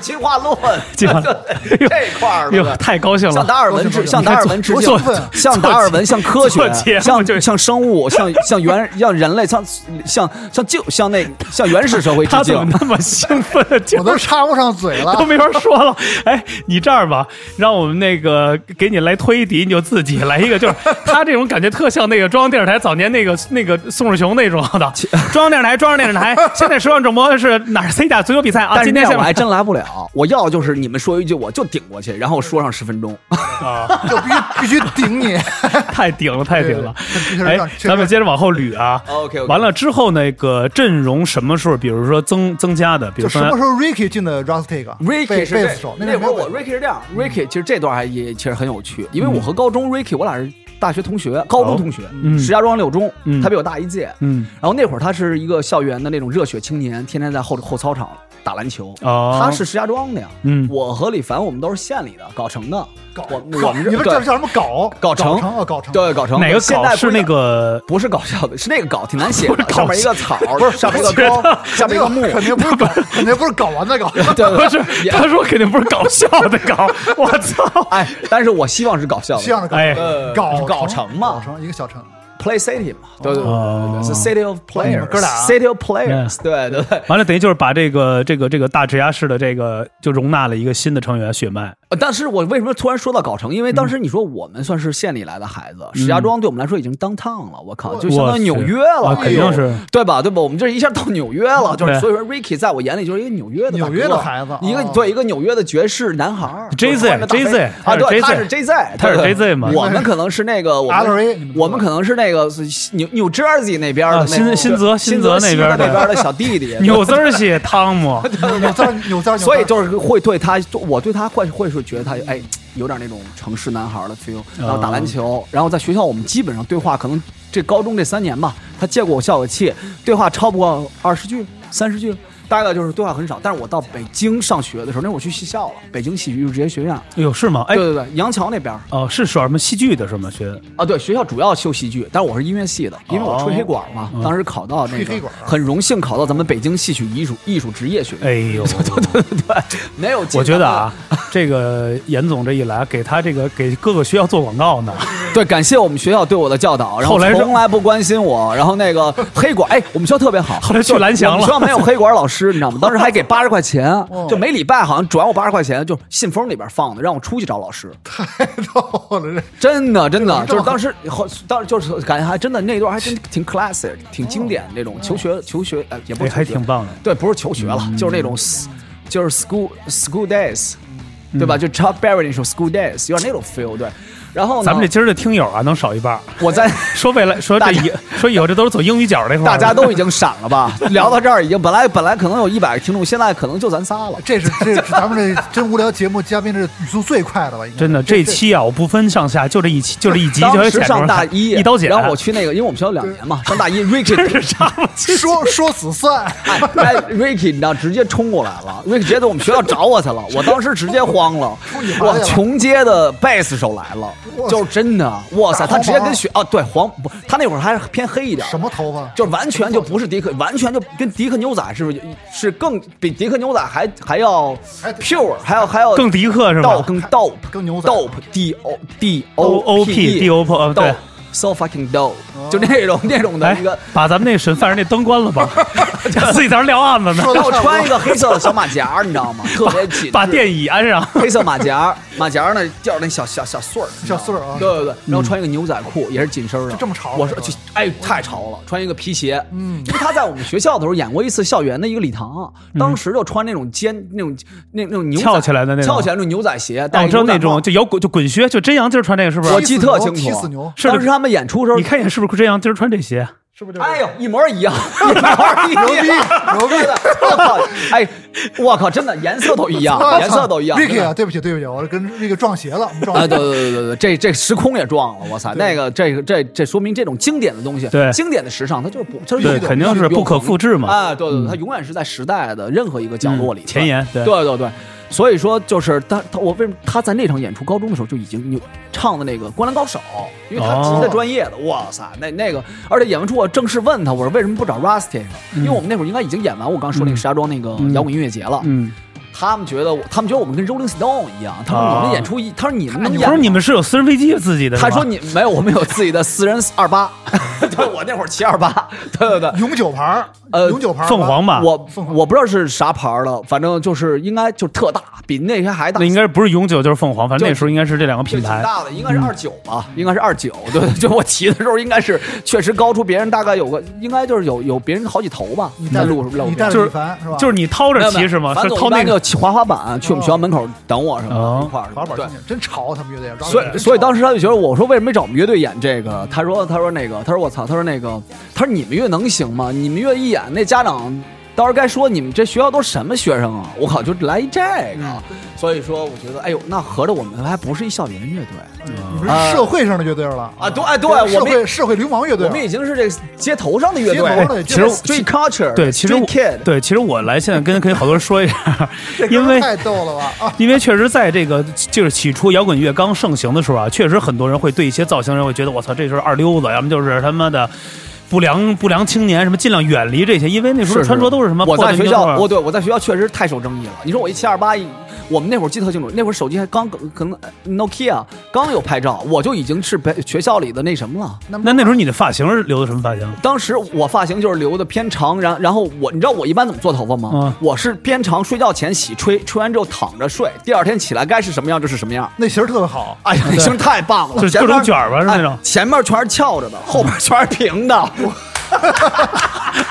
Speaker 3: 进化论，
Speaker 1: 进化
Speaker 3: 这块儿
Speaker 1: 哎
Speaker 3: 对不
Speaker 1: 呦，
Speaker 3: 对
Speaker 1: 太高兴
Speaker 3: 向
Speaker 1: 了。
Speaker 3: 达尔文
Speaker 2: 多兴奋
Speaker 3: 致，向达尔文致
Speaker 2: 多
Speaker 3: 敬
Speaker 2: 兴 奋，
Speaker 3: 向达尔文，向科
Speaker 1: 做
Speaker 3: 学
Speaker 1: 节，目就
Speaker 3: 向向生物，向向原，向人类，向向向旧，向那向原始社会致
Speaker 1: 他怎么
Speaker 3: 敬。
Speaker 1: 那么兴奋？啊就
Speaker 2: 我都插不上嘴 了
Speaker 1: 都。没法说了。哎，你这样吧，让我们那个给你来推一底，你就自己来一个。就是他这种感觉特像那个中央电视台早年那个 那 个宋世雄那种的。中央电视台，中央电视台，现在十万种播是哪儿 C 甲足球比赛啊，
Speaker 3: 但是
Speaker 1: 今
Speaker 3: 那
Speaker 1: 天
Speaker 3: 样
Speaker 1: 下
Speaker 3: 我还
Speaker 1: 面
Speaker 3: 真来不了，我要就是你们说一句，我就顶过去，然后说上十分钟。
Speaker 1: 啊，
Speaker 2: 就必须必须顶 你。
Speaker 1: 太顶了，太顶了。
Speaker 2: 对，
Speaker 1: 哎
Speaker 2: 对对，
Speaker 1: 咱们接着往后捋啊。
Speaker 3: OK，
Speaker 1: 完了之后，那个阵容什么时候，比如说增增加的，比
Speaker 2: 就
Speaker 1: 如
Speaker 2: 什么
Speaker 1: 说
Speaker 2: 时候 Ricky 进的 Rustic 啊
Speaker 3: ，Ricky
Speaker 2: 贝
Speaker 3: 是
Speaker 2: 贝斯
Speaker 3: 这
Speaker 2: 手，
Speaker 3: 那会儿我
Speaker 2: 没有
Speaker 3: Ricky 是这样，Ricky 其实这段还也其实很有趣，因为我和高中 Ricky 我俩是大学同学，高中同学，
Speaker 1: 嗯
Speaker 3: 石家庄六中
Speaker 1: 嗯，
Speaker 3: 他比我大一届。
Speaker 1: 嗯
Speaker 3: 然后那会儿他是一个校园的那种热血青年，天天在后后操场打篮球。
Speaker 1: 哦，
Speaker 3: 他是石家庄的呀，
Speaker 1: 嗯
Speaker 3: 我和李凡我们都是县里的，藁城的，
Speaker 2: 搞
Speaker 3: 我们
Speaker 2: 搞
Speaker 3: 我们这
Speaker 2: 你们
Speaker 3: 对
Speaker 2: 这叫什么搞？
Speaker 3: 搞成
Speaker 2: 成啊，搞成。
Speaker 3: 对藁城
Speaker 1: 哪个
Speaker 3: 现在
Speaker 1: 搞
Speaker 3: 不
Speaker 1: 是
Speaker 3: 一样
Speaker 1: 那个
Speaker 3: 不是搞笑的，是那个搞挺难写
Speaker 1: 不是
Speaker 3: 的，
Speaker 1: 搞
Speaker 3: 上面一个草，不是上面一
Speaker 1: 我觉
Speaker 3: 个
Speaker 1: 得
Speaker 3: 高，下面一个木，
Speaker 2: 肯定不是搞，肯定不是搞完再搞。
Speaker 3: 对对
Speaker 1: 不
Speaker 3: 对，
Speaker 1: 是，
Speaker 3: 也
Speaker 1: 他说肯定不是搞笑的搞，我操！
Speaker 3: 哎，但是我希望是搞笑的，
Speaker 2: 希望是搞
Speaker 1: 哎
Speaker 3: 呃
Speaker 2: 搞
Speaker 3: 搞
Speaker 2: 成
Speaker 3: 成嘛
Speaker 2: 搞成一个小城。
Speaker 3: Play City 嘛，对对对对
Speaker 1: 哦
Speaker 3: 对，是 City of
Speaker 2: 你们哥俩
Speaker 3: Players，City of Players，对 对对。
Speaker 1: 完了，等于就是把这个这个这个大直辖市的这个就容纳了一个新的成员血 脉，
Speaker 3: 呃但是我为什么突然说到藁城？因为当时
Speaker 1: 嗯
Speaker 3: 你说我们算是县里来的孩子，石家庄对我们来说已经 downtown 了，我靠，就相当于纽约
Speaker 1: 哇啊
Speaker 3: 了，哎
Speaker 1: 肯定是
Speaker 3: 对吧？对吧？我们这一下到纽约了，就是
Speaker 1: 对
Speaker 3: 所以说 Ricky 在我眼里就是一个纽约的大哥
Speaker 2: 纽约的孩子
Speaker 3: 一个
Speaker 2: 哦
Speaker 3: 对一个纽约的爵士男孩儿
Speaker 1: JZ
Speaker 3: 就是穿着大
Speaker 1: JZ
Speaker 3: 黑啊，对，
Speaker 1: 他
Speaker 3: 他
Speaker 1: 是
Speaker 3: 是 JZ，
Speaker 1: 他是
Speaker 3: 对
Speaker 1: JZ 嘛
Speaker 3: 我们可能是那个我
Speaker 2: LA 你
Speaker 3: 们
Speaker 2: 们
Speaker 3: 我们可能是那个纽纽 Jersey 那边的
Speaker 1: 啊
Speaker 3: 那
Speaker 1: 新
Speaker 3: 个
Speaker 1: 新泽
Speaker 3: 新
Speaker 1: 新泽那
Speaker 3: 西
Speaker 1: 边
Speaker 3: 的
Speaker 1: 的，
Speaker 3: 那边的小弟弟
Speaker 1: 纽泽儿西汤 姆，
Speaker 2: 有字儿有字儿，
Speaker 3: 所 以就是会对他，我对他会会是觉得他哎有点那种城市男孩的 feel，然后打篮球，然后在学校我们基本上对话，可能这高中这三年吧，他借过我校友气，对话超不过二十句、三十句，大概就是对话很少。但是我到北京上学的时候，那会儿我去戏校了，北京戏剧职业学院，
Speaker 1: 哎呦是吗？哎
Speaker 3: 对，对对，杨桥那边
Speaker 1: 哦，是说什么戏剧的是吗？学
Speaker 3: 啊，对，学校主要修戏剧，但是我是音乐系的，因为我吹黑管嘛，当时考到那
Speaker 2: 吹
Speaker 3: 个
Speaker 2: 黑管，啊
Speaker 3: 很荣幸考到咱们北京戏曲艺术艺术职业学院，
Speaker 1: 哎呦，
Speaker 3: 没有，
Speaker 1: 我觉得啊，这个严总这一来，给他这个给各个学校做广告呢，
Speaker 3: 对，感谢我们学校对我的教导，然后
Speaker 1: 后来是
Speaker 3: 从来不关心我。然后 那个黑管，哎，我们学校特别好，
Speaker 1: 后来去
Speaker 3: 就是
Speaker 1: 蓝翔
Speaker 3: 我们
Speaker 1: 了哦
Speaker 3: 学校没有黑管老师，你知道吗？当时还给八十 块钱，就每礼拜好像转我八十块钱，就信封里边放的，让我出去找老师。
Speaker 2: 到了
Speaker 3: 真的，真的，
Speaker 2: 这
Speaker 3: 就
Speaker 2: 么
Speaker 3: 是当时后，当时就是感觉还真的那段还真挺 classic，挺经典那种求学求学，呃，也不
Speaker 1: 哦哎
Speaker 3: 是
Speaker 1: 还
Speaker 3: 求学
Speaker 1: 挺棒的。嗯
Speaker 3: 对，不是求学了，就是那种 s- 就是 school school days，对
Speaker 1: 嗯
Speaker 3: 吧？就 Chuck Berry 那首 School Days，有点那种 feel，对。然后呢，
Speaker 1: 咱们这今儿的听友啊，能少一半儿。
Speaker 3: 我在。
Speaker 1: 说未来，说这
Speaker 3: 大家
Speaker 1: 以说以后这都是走英语角那块儿的，
Speaker 3: 大家都已经闪了吧？ 聊到这儿已经本来本来可能有一百个听众，现在可能就咱仨了。
Speaker 2: 这是这是咱们这真无聊节目嘉宾这语速最快的吧？应 该
Speaker 1: 真的这期啊，我不分上下，就这一期，就这一集，就
Speaker 3: 当
Speaker 1: 要
Speaker 3: 时
Speaker 1: 剪
Speaker 3: 上大 一，
Speaker 1: 一刀剪。
Speaker 3: 然后我去那个，因为我们学校两年嘛，上大一
Speaker 1: 是
Speaker 3: ，Ricky，
Speaker 1: 啥？
Speaker 2: 说说死算，
Speaker 3: 哎哎，Ricky，你知道直接冲过来了，Ricky 直接到我们学校找 我去了，我当时直接慌了
Speaker 2: 你，妈
Speaker 3: 我
Speaker 2: 呀
Speaker 3: 穷街的贝斯手来了，
Speaker 2: 哇
Speaker 3: 就是真的，哇
Speaker 2: 大
Speaker 3: 塞，
Speaker 2: 黄
Speaker 3: 他直接
Speaker 2: 毛
Speaker 3: 跟学啊，对黄不，他那会儿还是偏黑一点，
Speaker 2: 什么头发？
Speaker 3: 就是完全就不是迪克，完全就跟迪克牛仔是不是是更比迪克牛仔还还要
Speaker 2: 还得
Speaker 3: pure，还要还要
Speaker 1: 更迪克是吧
Speaker 3: 道更 dope，
Speaker 2: 更牛仔
Speaker 3: dope d o d
Speaker 1: O O P
Speaker 3: p
Speaker 1: D O P，呃对
Speaker 3: so fucking dope，就
Speaker 2: 哦
Speaker 3: 那种那种的
Speaker 1: 哎
Speaker 3: 一个，，
Speaker 1: 把咱们那神犯人那灯关了 吧，自己在那儿撂案子呢，
Speaker 2: 说
Speaker 3: 然后穿一个黑色的小马甲，你知道吗？特别紧致，
Speaker 1: 把电椅安上。
Speaker 3: 黑色马甲，马甲呢吊着那小小小穗儿，
Speaker 2: 小穗儿啊
Speaker 3: 对对
Speaker 1: 嗯
Speaker 3: 对，然后穿一个牛仔裤，也是紧身儿的，
Speaker 2: 就这么潮
Speaker 3: 我说
Speaker 2: 是吧
Speaker 3: 就哎太潮了，穿一个皮鞋，嗯，因为他在我们学校的时候演过一次校园的一个礼堂，当时就穿那种尖那种那那种牛
Speaker 1: 嗯
Speaker 3: 仔
Speaker 1: 翘起来的那种
Speaker 3: 翘起来那种牛仔鞋，
Speaker 1: 啊
Speaker 3: 戴
Speaker 1: 我
Speaker 3: 一
Speaker 1: 知道
Speaker 3: 个牛
Speaker 1: 那
Speaker 3: 仔帽
Speaker 1: 种就摇滚就滚靴，就真阳今儿穿这个是不
Speaker 3: 我
Speaker 1: 是？
Speaker 3: 记特清
Speaker 2: 踢死
Speaker 3: 楚啊
Speaker 2: 牛，
Speaker 1: 是的
Speaker 3: 当时他们演出的时候
Speaker 1: 你，看一眼是不是真阳今儿穿这鞋？
Speaker 2: 是不是？
Speaker 3: 哎呦，一模一样，一模 一样，
Speaker 2: 牛逼牛逼
Speaker 3: 对的我靠， 哎，我靠，真的颜色都一样，颜色都一样。真
Speaker 2: Ricky
Speaker 3: 的
Speaker 2: 啊，对不起对不起，我跟那个撞邪了，我们撞
Speaker 3: 啊，
Speaker 2: 邪
Speaker 3: 对
Speaker 2: 了。
Speaker 3: 对对对对，这这时空也撞了，我操！那个这个这这说明这种经典的东西，
Speaker 1: 对
Speaker 3: 经典的时尚，它就是不，它是
Speaker 1: 对，肯定是不可复制嘛。
Speaker 3: 啊！对对对，它永远是在时代的任何一个角落里
Speaker 1: 嗯前沿对
Speaker 3: 对对对，所以说就是他他我为什么他在那场演出高中的时候就已经有唱的那个《灌篮高手》，因为他
Speaker 1: 哦
Speaker 3: 是在专业的，哇塞，那那个而且演完出我正式问他，我说为什么不找 Rusty？因为我们那会儿应该已经演完我刚说那个石家庄那个摇滚音乐节了，
Speaker 1: 嗯，
Speaker 3: 他们觉得我他们觉得我们跟 Rolling Stone 一样，他说你
Speaker 1: 啊
Speaker 3: 们演出一，他说你们能
Speaker 1: 不
Speaker 3: 演
Speaker 1: 是
Speaker 3: 吗
Speaker 1: 你们是有私人飞机自己的是
Speaker 3: 哎他
Speaker 1: 吧？
Speaker 3: 说你没有，我们有自己的私人二八，对 对，我那会儿七二八，对对对，
Speaker 2: 永久牌儿，
Speaker 3: 呃
Speaker 2: 永久牌儿吧，
Speaker 1: 啊凤凰吧，
Speaker 3: 我
Speaker 2: 凤凰
Speaker 3: 我不知道是啥牌儿了，反正就是应该就是特大，比那些还大，
Speaker 1: 那应该不是永久就是凤凰，反正那时候应该是这两个
Speaker 3: 就
Speaker 1: 品
Speaker 3: 挺
Speaker 1: 牌。嗯
Speaker 3: 大的，应该是二九吧，应该是二九。对，对就我骑的时候，应该是确实高出别人大概有个，应该就是有有别人好几头吧，
Speaker 2: 你带
Speaker 3: 在
Speaker 2: 着
Speaker 3: 路路
Speaker 2: 你
Speaker 3: 边
Speaker 2: 带
Speaker 1: 就
Speaker 2: 着
Speaker 1: 是
Speaker 2: 李凡是吧？
Speaker 1: 就是你掏
Speaker 3: 没
Speaker 1: 着
Speaker 3: 有没有
Speaker 1: 骑是吗？
Speaker 3: 反
Speaker 1: 是
Speaker 3: 正
Speaker 1: 掏
Speaker 3: 我一
Speaker 1: 那
Speaker 3: 般
Speaker 1: 个
Speaker 3: 就骑滑滑板去我们学校门口等我什么
Speaker 1: 哦
Speaker 3: 的，一块儿什
Speaker 2: 滑
Speaker 3: 么的
Speaker 2: 板
Speaker 3: 对
Speaker 2: 青。年真潮，他们乐队，啊
Speaker 3: 所以，所以当
Speaker 2: 时
Speaker 3: 时他就觉得我说为什么没找我们乐队演这个？他说他说那个他说我操，他说那个他说你们乐能行吗？你们乐一演那家长到时候该说你们这学校都什么学生啊？我靠，就来一这个。
Speaker 1: 嗯
Speaker 3: 所以说我觉得哎呦，那合着我们还不是一校园乐队
Speaker 1: 嗯
Speaker 3: 啊
Speaker 2: 你们是社会上的乐队了
Speaker 3: 呃啊？对哎对，
Speaker 2: 社
Speaker 3: 我们
Speaker 2: 会社会流氓乐队啊
Speaker 3: 我们
Speaker 1: 啊
Speaker 3: 已经是这个街头上的乐
Speaker 2: 街头
Speaker 3: 队
Speaker 2: 上
Speaker 3: 了。
Speaker 2: 的，
Speaker 1: 其实
Speaker 3: Street culture，
Speaker 1: 对，其实
Speaker 3: Street
Speaker 1: 我
Speaker 3: kid，
Speaker 1: 对，其实我来现在跟可以好多人说一 下，
Speaker 2: 这歌
Speaker 1: 因为
Speaker 2: 太逗了吧啊！
Speaker 1: 因为确实在这个就是起初摇滚乐刚盛行的时候啊，确实很多人会对一些造型人会觉得我操，这就是二流子，要么就是他妈的不良 不良青年，什么尽量远离这些，因为那时候穿着都是什么
Speaker 3: 我
Speaker 1: 破
Speaker 3: 在
Speaker 1: 牛
Speaker 3: 学
Speaker 1: 仔
Speaker 3: 校
Speaker 1: 裤啊，
Speaker 3: 我对我在学校确实太受争议了。你说我一七二八，我们那会儿记得特清楚，那会儿手机还刚可能呃 Nokia 刚有拍照，我就已经是被学校里的那什么了。
Speaker 1: 那那时候你的发型是留的什么发型？
Speaker 3: 当时我发型就是留的偏长，然然后我你知道我一般怎么做头发吗？
Speaker 1: 嗯
Speaker 3: 我是偏长，睡觉前洗吹，吹完之后躺着睡，第二天起来该是什么样就是什么样。
Speaker 2: 那型儿特别好，
Speaker 3: 哎呀，那型太棒了，
Speaker 1: 就是
Speaker 3: 前面
Speaker 1: 各种卷儿吧是那种
Speaker 3: 哎前面全是翘着的，后边全是 平的。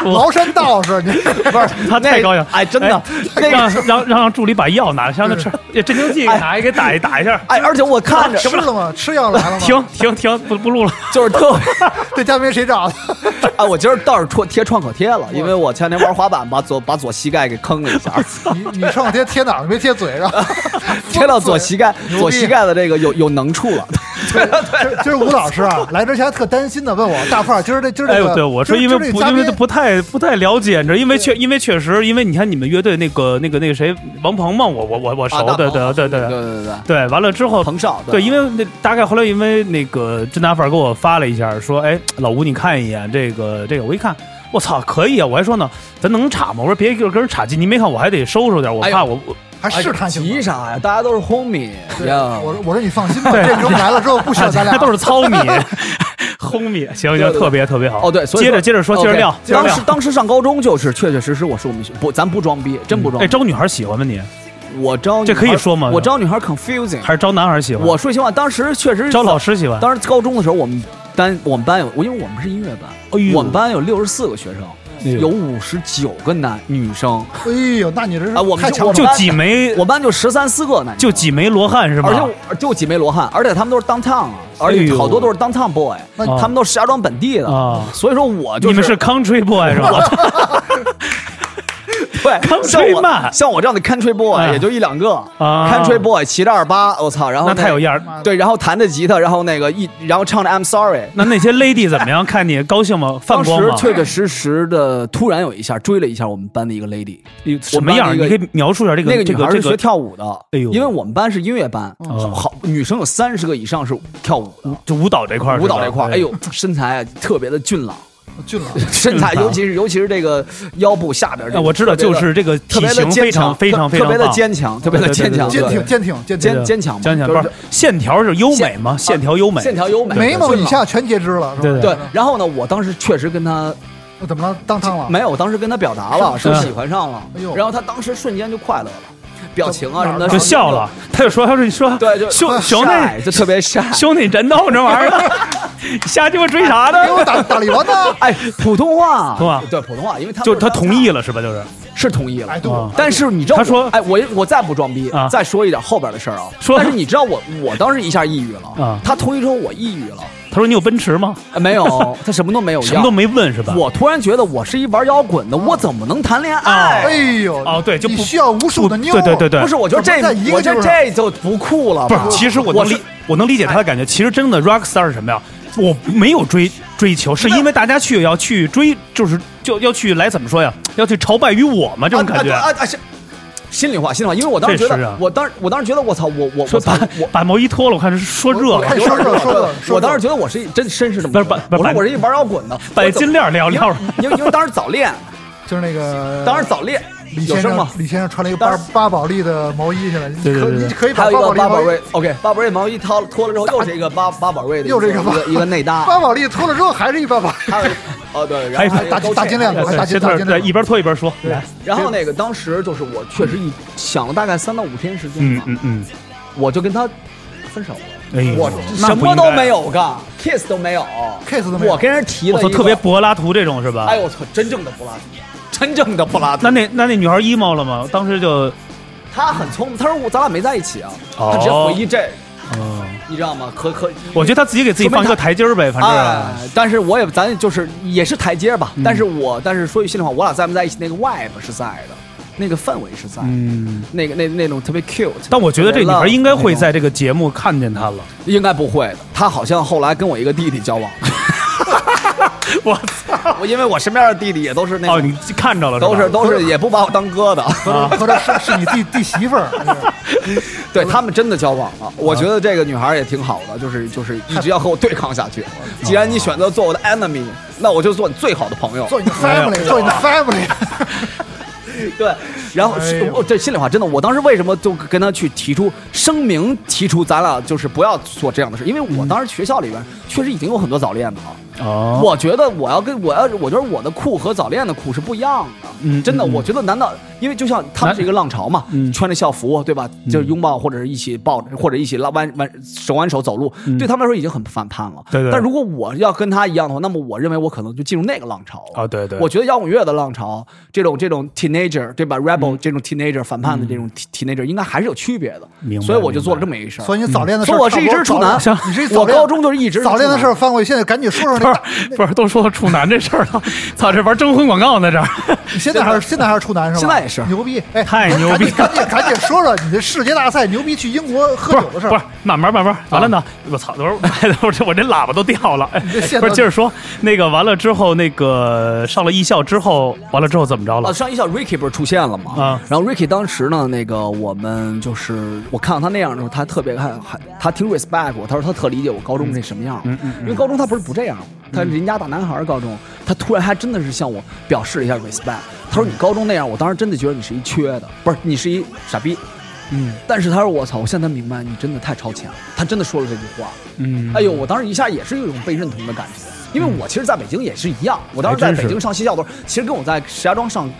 Speaker 2: 崂山道士，你
Speaker 3: 不是
Speaker 1: 他太高兴，
Speaker 3: 哎，真的，那
Speaker 1: 让
Speaker 3: 个，
Speaker 1: 让让助理把药拿上， 让他吃镇静剂拿一给打一打一下，
Speaker 3: 哎，而且我 看着
Speaker 2: 吃了吗？吃药来了吗？
Speaker 1: 停停停，不不 录了。
Speaker 3: 就是特别，
Speaker 2: 这嘉宾谁找的？
Speaker 3: 哎，我今儿倒是戳贴创可贴了，因为我前两天玩滑板，把左把左膝盖给坑了一下，
Speaker 2: 你你上贴贴哪儿？没贴嘴上，
Speaker 3: 贴到左膝盖，
Speaker 2: 牛逼
Speaker 3: 左膝盖的这个有有能处了。
Speaker 2: 今儿今儿吴老 师啊，来之前还特担心的问我大范儿，今儿这今儿
Speaker 1: 哎
Speaker 2: 这
Speaker 1: 呦，
Speaker 2: 个，
Speaker 1: 对我说，
Speaker 2: 今
Speaker 1: 因
Speaker 2: 儿
Speaker 1: 为不
Speaker 2: 今儿这嘉
Speaker 1: 因为
Speaker 2: 宾
Speaker 1: 他不太不太了解，你知道，因为确因为确实，因为你看你们乐队那个那个那个谁王鹏嘛，我我我我
Speaker 3: 啊
Speaker 1: 熟，
Speaker 3: 大
Speaker 1: 对
Speaker 3: 鹏
Speaker 1: 对对
Speaker 3: 对
Speaker 1: 对
Speaker 3: 对对，
Speaker 1: 对，完了之后。
Speaker 3: 彭少
Speaker 1: 对，因为那大概后来因为那个真大范儿给我发了一下，说：“哎，老吴，你看一眼这个这个。”我一看，我操，可以啊！我还说呢，咱能插吗？我说别跟跟人插劲，你没看我还得收拾点，我
Speaker 3: 哎呦
Speaker 1: 怕我我
Speaker 2: 还试探性
Speaker 3: 哎急
Speaker 2: 的。
Speaker 3: 啥呀？大家都是 homie
Speaker 2: 对
Speaker 3: 呀
Speaker 2: 我。说我说你放心吧，这种来了之后不 需要咱
Speaker 1: 大
Speaker 2: 俩
Speaker 1: 家都是糙 米、烘米，行行，
Speaker 3: 对对
Speaker 1: 特别特别好。
Speaker 3: 哦，对，所以
Speaker 1: 接着接着说，接着
Speaker 3: OK，
Speaker 1: 聊，接着
Speaker 3: 当
Speaker 1: 聊
Speaker 3: 时。当时上高中就是确确实实，我是我们学不，咱不装逼，真不装
Speaker 1: 哎，
Speaker 3: 逼。
Speaker 1: 招女孩喜欢吗你？
Speaker 3: 我招女
Speaker 1: 这可以
Speaker 3: 孩
Speaker 1: 说吗
Speaker 3: 我招女孩 confusing。
Speaker 1: 还是招男孩喜欢？
Speaker 3: 我说实话，当时确实
Speaker 1: 招老师喜欢。
Speaker 3: 当时高中的时候，我们班我们班有，因为我们是音乐班，
Speaker 1: 哎呦
Speaker 3: 我们班有六十四个学生，
Speaker 1: 哎呦
Speaker 3: 有五十九个男女生，
Speaker 2: 哎呦，那你这是
Speaker 3: 啊我们
Speaker 2: 太
Speaker 3: 就
Speaker 2: 强
Speaker 3: 我
Speaker 2: 了
Speaker 3: 们
Speaker 1: 就几枚
Speaker 3: 我，们班就十三四个男女
Speaker 1: 哎就几枚罗汉是吧
Speaker 3: 而？且我就几枚罗汉，而且他们都是 downtown 啊，而
Speaker 1: 哎
Speaker 3: 且
Speaker 1: 呦
Speaker 3: 好多都是 downtown boy，、
Speaker 2: 那
Speaker 1: 啊
Speaker 3: 他们都是石家庄本地的，
Speaker 1: 啊
Speaker 3: 所以说我就
Speaker 1: 你
Speaker 3: 哦
Speaker 1: 们是 country boy 是吧？
Speaker 3: 对
Speaker 1: country
Speaker 3: 像我
Speaker 1: man
Speaker 3: 像我这样的 country boy、
Speaker 1: 哎
Speaker 3: 也就一两个、
Speaker 1: 啊
Speaker 3: country boy 骑着二八，我操，然 后
Speaker 1: 那太有样儿。
Speaker 2: 妈的
Speaker 3: 对，然后弹着吉他，然后那个一然后唱着 I'm sorry，
Speaker 1: 那那些 lady 怎么样？看你高兴吗？泛
Speaker 3: 当
Speaker 1: 光
Speaker 3: 时
Speaker 1: 吗？
Speaker 3: 确确实实的，突然有一下追了一下我们班的一个 lady，
Speaker 1: 什么样儿？
Speaker 3: 我们
Speaker 1: 你可
Speaker 3: 班的一个
Speaker 1: 以描述一下这
Speaker 3: 那个
Speaker 1: 这
Speaker 3: 女
Speaker 1: 个
Speaker 3: 孩
Speaker 1: 这
Speaker 3: 是学
Speaker 1: 个
Speaker 3: 跳舞的，
Speaker 1: 哎呦
Speaker 3: 因为我们班是音乐班，
Speaker 1: 嗯
Speaker 3: 好女生有三十个以上是跳舞的，
Speaker 1: 就舞蹈这块儿是吧，
Speaker 3: 舞蹈这块儿，哎呦，身材啊特别的俊朗，
Speaker 2: 俊朗，
Speaker 3: 身材尤其是尤其是这个腰部下边儿这
Speaker 1: 哎，
Speaker 3: 个特别的，
Speaker 1: 我知道，就是这个
Speaker 3: 特
Speaker 1: 体
Speaker 3: 别的
Speaker 1: 型
Speaker 3: 坚
Speaker 1: 非常
Speaker 3: 强，
Speaker 1: 非常
Speaker 3: 特
Speaker 1: 非常
Speaker 3: 特别的
Speaker 1: 棒
Speaker 3: 坚强，特别的
Speaker 1: 对对对
Speaker 3: 坚强，
Speaker 1: 对
Speaker 2: 坚
Speaker 3: 对
Speaker 2: 挺坚挺坚挺，
Speaker 3: 坚坚强嘛，
Speaker 1: 坚强，
Speaker 3: 就
Speaker 1: 不
Speaker 3: 是
Speaker 1: 是线条是优美
Speaker 3: 线
Speaker 1: 吗？
Speaker 3: 啊
Speaker 1: 线条优美，
Speaker 3: 线条优美，
Speaker 2: 眉毛
Speaker 3: 俊
Speaker 2: 以
Speaker 3: 朗
Speaker 2: 下全截肢了，是吧？
Speaker 1: 对
Speaker 3: 对。然后呢，我当时确实跟她
Speaker 2: 那怎么了？当烫了？
Speaker 3: 没有，我当时跟他表达了，
Speaker 1: 啊是
Speaker 3: 说
Speaker 1: 吗
Speaker 3: 喜欢上了
Speaker 2: 哎，呦
Speaker 3: 然后他当时瞬间就快乐了，表情啊
Speaker 2: 就
Speaker 3: 什么的
Speaker 1: 就笑了，。他就说：“他说你说，
Speaker 3: 对，就啊
Speaker 1: 兄
Speaker 3: 特
Speaker 1: 兄
Speaker 3: 晒
Speaker 1: 弟
Speaker 3: 就特别晒。
Speaker 1: 兄弟，真逗这玩意儿， 瞎鸡巴追啥
Speaker 2: 给我
Speaker 1: 呢？
Speaker 2: 哎打打李完呢？
Speaker 3: 哎，普通话，
Speaker 1: 普通话
Speaker 3: 对普通话，因为他
Speaker 1: 就他同意
Speaker 3: 了，
Speaker 1: 了是吧？就是
Speaker 3: 是同意了
Speaker 2: 哎，。对
Speaker 1: 啊，
Speaker 3: 但是你知道
Speaker 1: 他
Speaker 3: 我，
Speaker 1: 说
Speaker 3: 哎，我我再不装逼
Speaker 1: 啊，
Speaker 3: 再说一点后边的事儿啊。
Speaker 1: 说
Speaker 3: 但是你知道我，我当时一下抑郁了
Speaker 1: 啊。
Speaker 3: 他同意之后，我抑郁了，
Speaker 1: 他说你有奔驰吗？
Speaker 3: 哎 没有，他什么都没有要，
Speaker 1: 什么都没问是吧？
Speaker 3: 我突然觉得我是一玩摇滚的，我怎么能谈恋
Speaker 2: 哎
Speaker 3: 爱？
Speaker 2: 呦，
Speaker 1: 哦对就不
Speaker 2: 你需要无数的妞，
Speaker 1: 对对对对，
Speaker 3: 不是，我觉得
Speaker 2: 怎么在一
Speaker 3: 这，
Speaker 2: 个
Speaker 3: 我觉得
Speaker 2: 地方
Speaker 3: 这就不酷了
Speaker 1: 啊不
Speaker 3: 吧。
Speaker 1: 是，其实我能理
Speaker 3: 是
Speaker 1: 我能理解他的感
Speaker 3: 哎
Speaker 1: 觉。其实真的 rock star 是什么呀？我没有追追求，是因为大家去要去追，就是就要去来怎么说呀？要去朝拜于我嘛，这种感觉。
Speaker 3: 啊啊啊啊！是心里话，心里话，因为我当时觉
Speaker 1: 这是
Speaker 3: 得
Speaker 1: 啊，
Speaker 3: 我当我当时觉得，我操，我我
Speaker 1: 说
Speaker 3: 啊我操
Speaker 1: 把
Speaker 3: 我。
Speaker 1: 把毛衣脱了，我看是说这
Speaker 2: 我看
Speaker 1: 个，
Speaker 2: 说说说说说，
Speaker 3: 我当时觉得我是一真真是这么
Speaker 1: 不是
Speaker 3: 觉得
Speaker 1: 把
Speaker 3: 我
Speaker 1: 把
Speaker 3: 说我是一玩摇滚的，
Speaker 1: 把金链儿撩
Speaker 3: 因
Speaker 1: 撩
Speaker 3: 为因为因为当时早恋，
Speaker 2: 就是那个，
Speaker 3: 当时早恋，
Speaker 2: 李
Speaker 3: 有
Speaker 2: 先
Speaker 3: 声
Speaker 2: 生
Speaker 3: 吗？
Speaker 2: 李先生穿了一个
Speaker 3: 当
Speaker 2: 巴
Speaker 3: 时
Speaker 2: 巴宝莉的毛衣，现在你
Speaker 1: 对对
Speaker 2: 可
Speaker 1: 对对
Speaker 2: 你可以
Speaker 3: 还
Speaker 2: 把
Speaker 3: 有一
Speaker 2: 巴宝莉
Speaker 3: 个巴宝
Speaker 2: 毛衣
Speaker 3: 瑞，OK，巴宝瑞毛衣掏了脱了之后，又是一个巴巴宝瑞的一个，
Speaker 2: 又是一个巴
Speaker 3: 一个内搭，
Speaker 2: 巴宝莉脱了之后还是一巴宝莉，
Speaker 3: 还有一个哦对，
Speaker 1: 还有
Speaker 3: 然后还有一
Speaker 2: 大
Speaker 3: 个高
Speaker 2: 大
Speaker 3: 配
Speaker 2: 金链子
Speaker 3: 还有一个
Speaker 1: 对，
Speaker 2: 还打击
Speaker 1: 这
Speaker 2: 打击
Speaker 1: 段对一边拖一边说，来，
Speaker 3: 然后那个当时就是我确实一想了大概三到五天时间
Speaker 1: 嗯
Speaker 3: 吧，
Speaker 1: 嗯嗯，
Speaker 3: 我就跟他分手了。
Speaker 1: 哎呦，
Speaker 3: 我
Speaker 1: 那
Speaker 3: 什
Speaker 1: 不
Speaker 3: 么
Speaker 1: 应该啊
Speaker 3: 都没，有干，kiss 都没有
Speaker 2: kiss 都没有
Speaker 3: 我跟人提
Speaker 1: 我
Speaker 3: 了一
Speaker 1: 操，
Speaker 3: 个，
Speaker 1: 特别柏拉图这种是吧？
Speaker 3: 哎呦我操，真正的柏拉图，真正的柏拉图
Speaker 1: 那。那那那女孩 emo 了吗？当时就，
Speaker 3: 他很聪明，他说我咱俩没在一起啊，
Speaker 1: 哦
Speaker 3: 他直接回忆这，
Speaker 1: 嗯，
Speaker 3: 你知道吗？可可，
Speaker 1: 我觉得他自己给自己放一个台阶儿呗，反正嗯啊，
Speaker 3: 哎，但是我也咱就是也是台阶吧，但是我但是说句心里话，我俩在不在一起，那个 vibe 是在的，那个氛围是在的。
Speaker 1: 嗯。
Speaker 3: 那个那那种特别 cute，
Speaker 1: 但我觉得这女孩应该会在
Speaker 3: 特
Speaker 1: 这个节目看见他 了。
Speaker 3: 别 love 那种应该不会的。她好像后来跟我一个弟弟交往，
Speaker 1: 我操！
Speaker 3: 我因为我身边的弟弟也都是那
Speaker 1: 哦，
Speaker 3: 种
Speaker 1: 你看着了吧
Speaker 3: 都是都是也不把我当哥的，
Speaker 2: 或者是是你弟弟媳 妇儿，
Speaker 3: 对他们真的交往了。我觉得这个女孩也挺好的，就是就是一直要和我对抗下去。既然你选择做我的 enemy，那我就哦做你最好的朋友。
Speaker 2: 做你的
Speaker 1: 哎呀
Speaker 2: family，做你的 family，
Speaker 3: 对，然后
Speaker 2: 哎呦
Speaker 3: 我这心里话，真的，我当时为什么就跟他去提出声明，提出咱俩就是不要做这样的事，因为我当时学校里边确实已经有很多早恋的了。
Speaker 1: 哦，
Speaker 3: 我觉得我要跟我要，我觉得我的酷和早恋的酷是不一样的。
Speaker 1: 嗯
Speaker 3: 真的，
Speaker 1: 嗯嗯
Speaker 3: 我觉得难道因为就像他们
Speaker 1: 难
Speaker 3: 是一个浪潮嘛，
Speaker 1: 嗯
Speaker 3: 穿着校服对吧，就是拥抱或者是一起抱着或者一起拉弯弯手挽手走路，对他们来说已经很反叛了。
Speaker 1: 嗯对对
Speaker 3: 但如果我要跟他一样的话，那么我认为我可能就进入那个浪潮了。
Speaker 1: 啊对对
Speaker 3: 我觉得摇滚乐的浪潮，这种这种 teenager 对吧，rebel
Speaker 1: 嗯
Speaker 3: 这种 teenager 反叛的这种 te- teenager 应该还是有区别的。
Speaker 1: 明白
Speaker 3: 所以我就做了这
Speaker 1: 明
Speaker 3: 么一个事儿。
Speaker 2: 所以你早恋的事
Speaker 3: 说
Speaker 2: 儿，
Speaker 3: 我是一只处男
Speaker 2: 早你是一，早
Speaker 3: 我
Speaker 2: 恋
Speaker 3: 高中就是一直是
Speaker 2: 早恋的
Speaker 3: 处男
Speaker 2: 事儿翻过去，现在赶紧说说
Speaker 1: 不
Speaker 2: 那
Speaker 1: 是不是，都说到处男这事儿了， 操，这玩征婚广告呢 这儿。
Speaker 2: 你现在还是现在还是处男是吧？
Speaker 3: 现在也是
Speaker 2: 牛逼，哎，
Speaker 1: 太牛逼了
Speaker 2: 赶紧赶紧赶紧说说你的世界大赛牛逼去英国喝
Speaker 1: 不
Speaker 2: 酒的事
Speaker 1: 是不
Speaker 2: 儿啊
Speaker 1: 是，，慢慢慢慢，完了呢，我操， 等会儿我这我这喇叭都掉了，哎
Speaker 2: 这线
Speaker 1: 不是
Speaker 2: 都
Speaker 1: 接着说，那个完了之后，那个上了艺校之后，完了之后怎么着
Speaker 3: 啊，
Speaker 1: 了？
Speaker 3: 上一校 Ricky 不是出现了吗？
Speaker 1: 啊
Speaker 3: 然后 Ricky 当时呢，那个我们就是我看到他那样的时候，他特别还还他挺 respect 我，他说他特理解我高中那什么样，因为高中他不是不这样，他人家大男孩儿高中，他突然还真的是向我表示了一下 respect，他说你高中那样，我当时真的觉得你是一缺的，不是你是一傻逼，
Speaker 1: 嗯
Speaker 3: 但是他说我操，我现在明白你真的太超前了，他真的说了这句话，
Speaker 1: 嗯，
Speaker 3: 哎呦，我当时一下也是有一种被认同的感觉，因为我其实在北京也是一样，我当时在
Speaker 1: 还真是
Speaker 3: 北京上西校的时候，其实跟我在石家庄上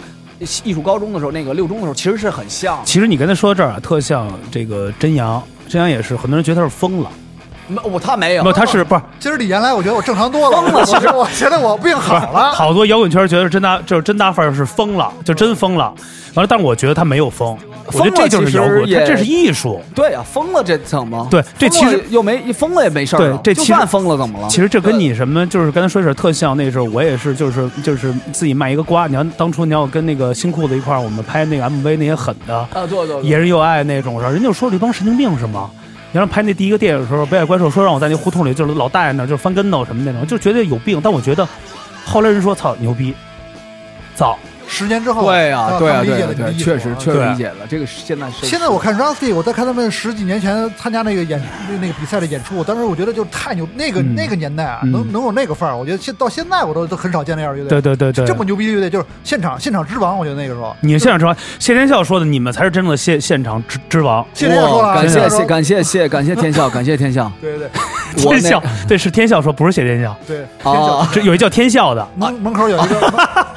Speaker 3: 艺术高中的时候，那个六中的时候，其实是很像的。
Speaker 1: 其实你跟他说到这儿啊，特像这个真阳，真阳也是，很多人觉得他是疯了，
Speaker 2: 哦
Speaker 3: 没我他没有，
Speaker 1: 没有，他是不是？
Speaker 2: 今儿比原来我觉得我正常多了，
Speaker 3: 疯了
Speaker 2: 我
Speaker 3: 其实
Speaker 2: 我觉得我病好
Speaker 3: 啊
Speaker 2: 了，
Speaker 1: 好多摇滚圈觉得真大就是真大范儿是疯了，就真疯了。完了，但我觉得他没有疯，我觉得这就是摇
Speaker 3: 疯了
Speaker 1: 滚，
Speaker 3: 其实也
Speaker 1: 他这是艺术。
Speaker 3: 对啊，疯了这怎么？
Speaker 1: 对这
Speaker 3: 疯了
Speaker 1: 其实
Speaker 3: 又没疯了也没事儿啊，
Speaker 1: 对这
Speaker 3: 就
Speaker 1: 其实
Speaker 3: 算疯了怎么了？
Speaker 1: 其实这跟你什么，就是刚才说是特像。那时候我也是，就是就是自己卖一个瓜。你要当初你要跟那个新裤子一块儿，我们拍那个 MV 那些狠的，
Speaker 3: 啊，对对
Speaker 1: 也是又爱那种，然后人就说这帮神经病是吗？你让拍那第一个电影的时候，北海怪兽说让我在那胡同里就是老大爷那儿就是翻跟头什么那种，就觉得有病。但我觉得，后来人说操牛逼，早
Speaker 2: 十年之后，
Speaker 3: 对啊，
Speaker 2: 啊，
Speaker 3: 对
Speaker 2: 他
Speaker 3: 啊，
Speaker 2: 们理解了，
Speaker 3: 对啊
Speaker 2: 你的
Speaker 3: 对，
Speaker 2: 意思
Speaker 3: 确实
Speaker 2: 啊
Speaker 3: 确实
Speaker 1: 对
Speaker 3: 理解了。这个是现在是
Speaker 2: 现在我看 Rusty，我在看他们十几年前参加那个演那个比赛的演出，当时我觉得就太牛，那个、
Speaker 1: 嗯
Speaker 2: 那个年代啊，
Speaker 1: 嗯
Speaker 2: 能能有那个范儿，我觉得现到现在我都都很少见那样的乐队，
Speaker 1: 对对对对，
Speaker 2: 这么牛逼的乐队就是现场现场之王，我觉得那个时候。
Speaker 1: 你现场之王，谢天笑说的，你们才是真正的现现场之之王。
Speaker 2: 现在要说了啊，
Speaker 3: 哇感
Speaker 2: 现在
Speaker 3: 谢
Speaker 2: 要说
Speaker 3: 谢感谢谢感谢天笑，感谢天笑，
Speaker 2: 对对
Speaker 3: 我
Speaker 1: 天
Speaker 3: 那
Speaker 1: 笑，对，是天笑说，不是谢天笑。
Speaker 2: 对对，
Speaker 3: 啊，
Speaker 1: 这有一叫天笑的，
Speaker 2: 门门口有一个，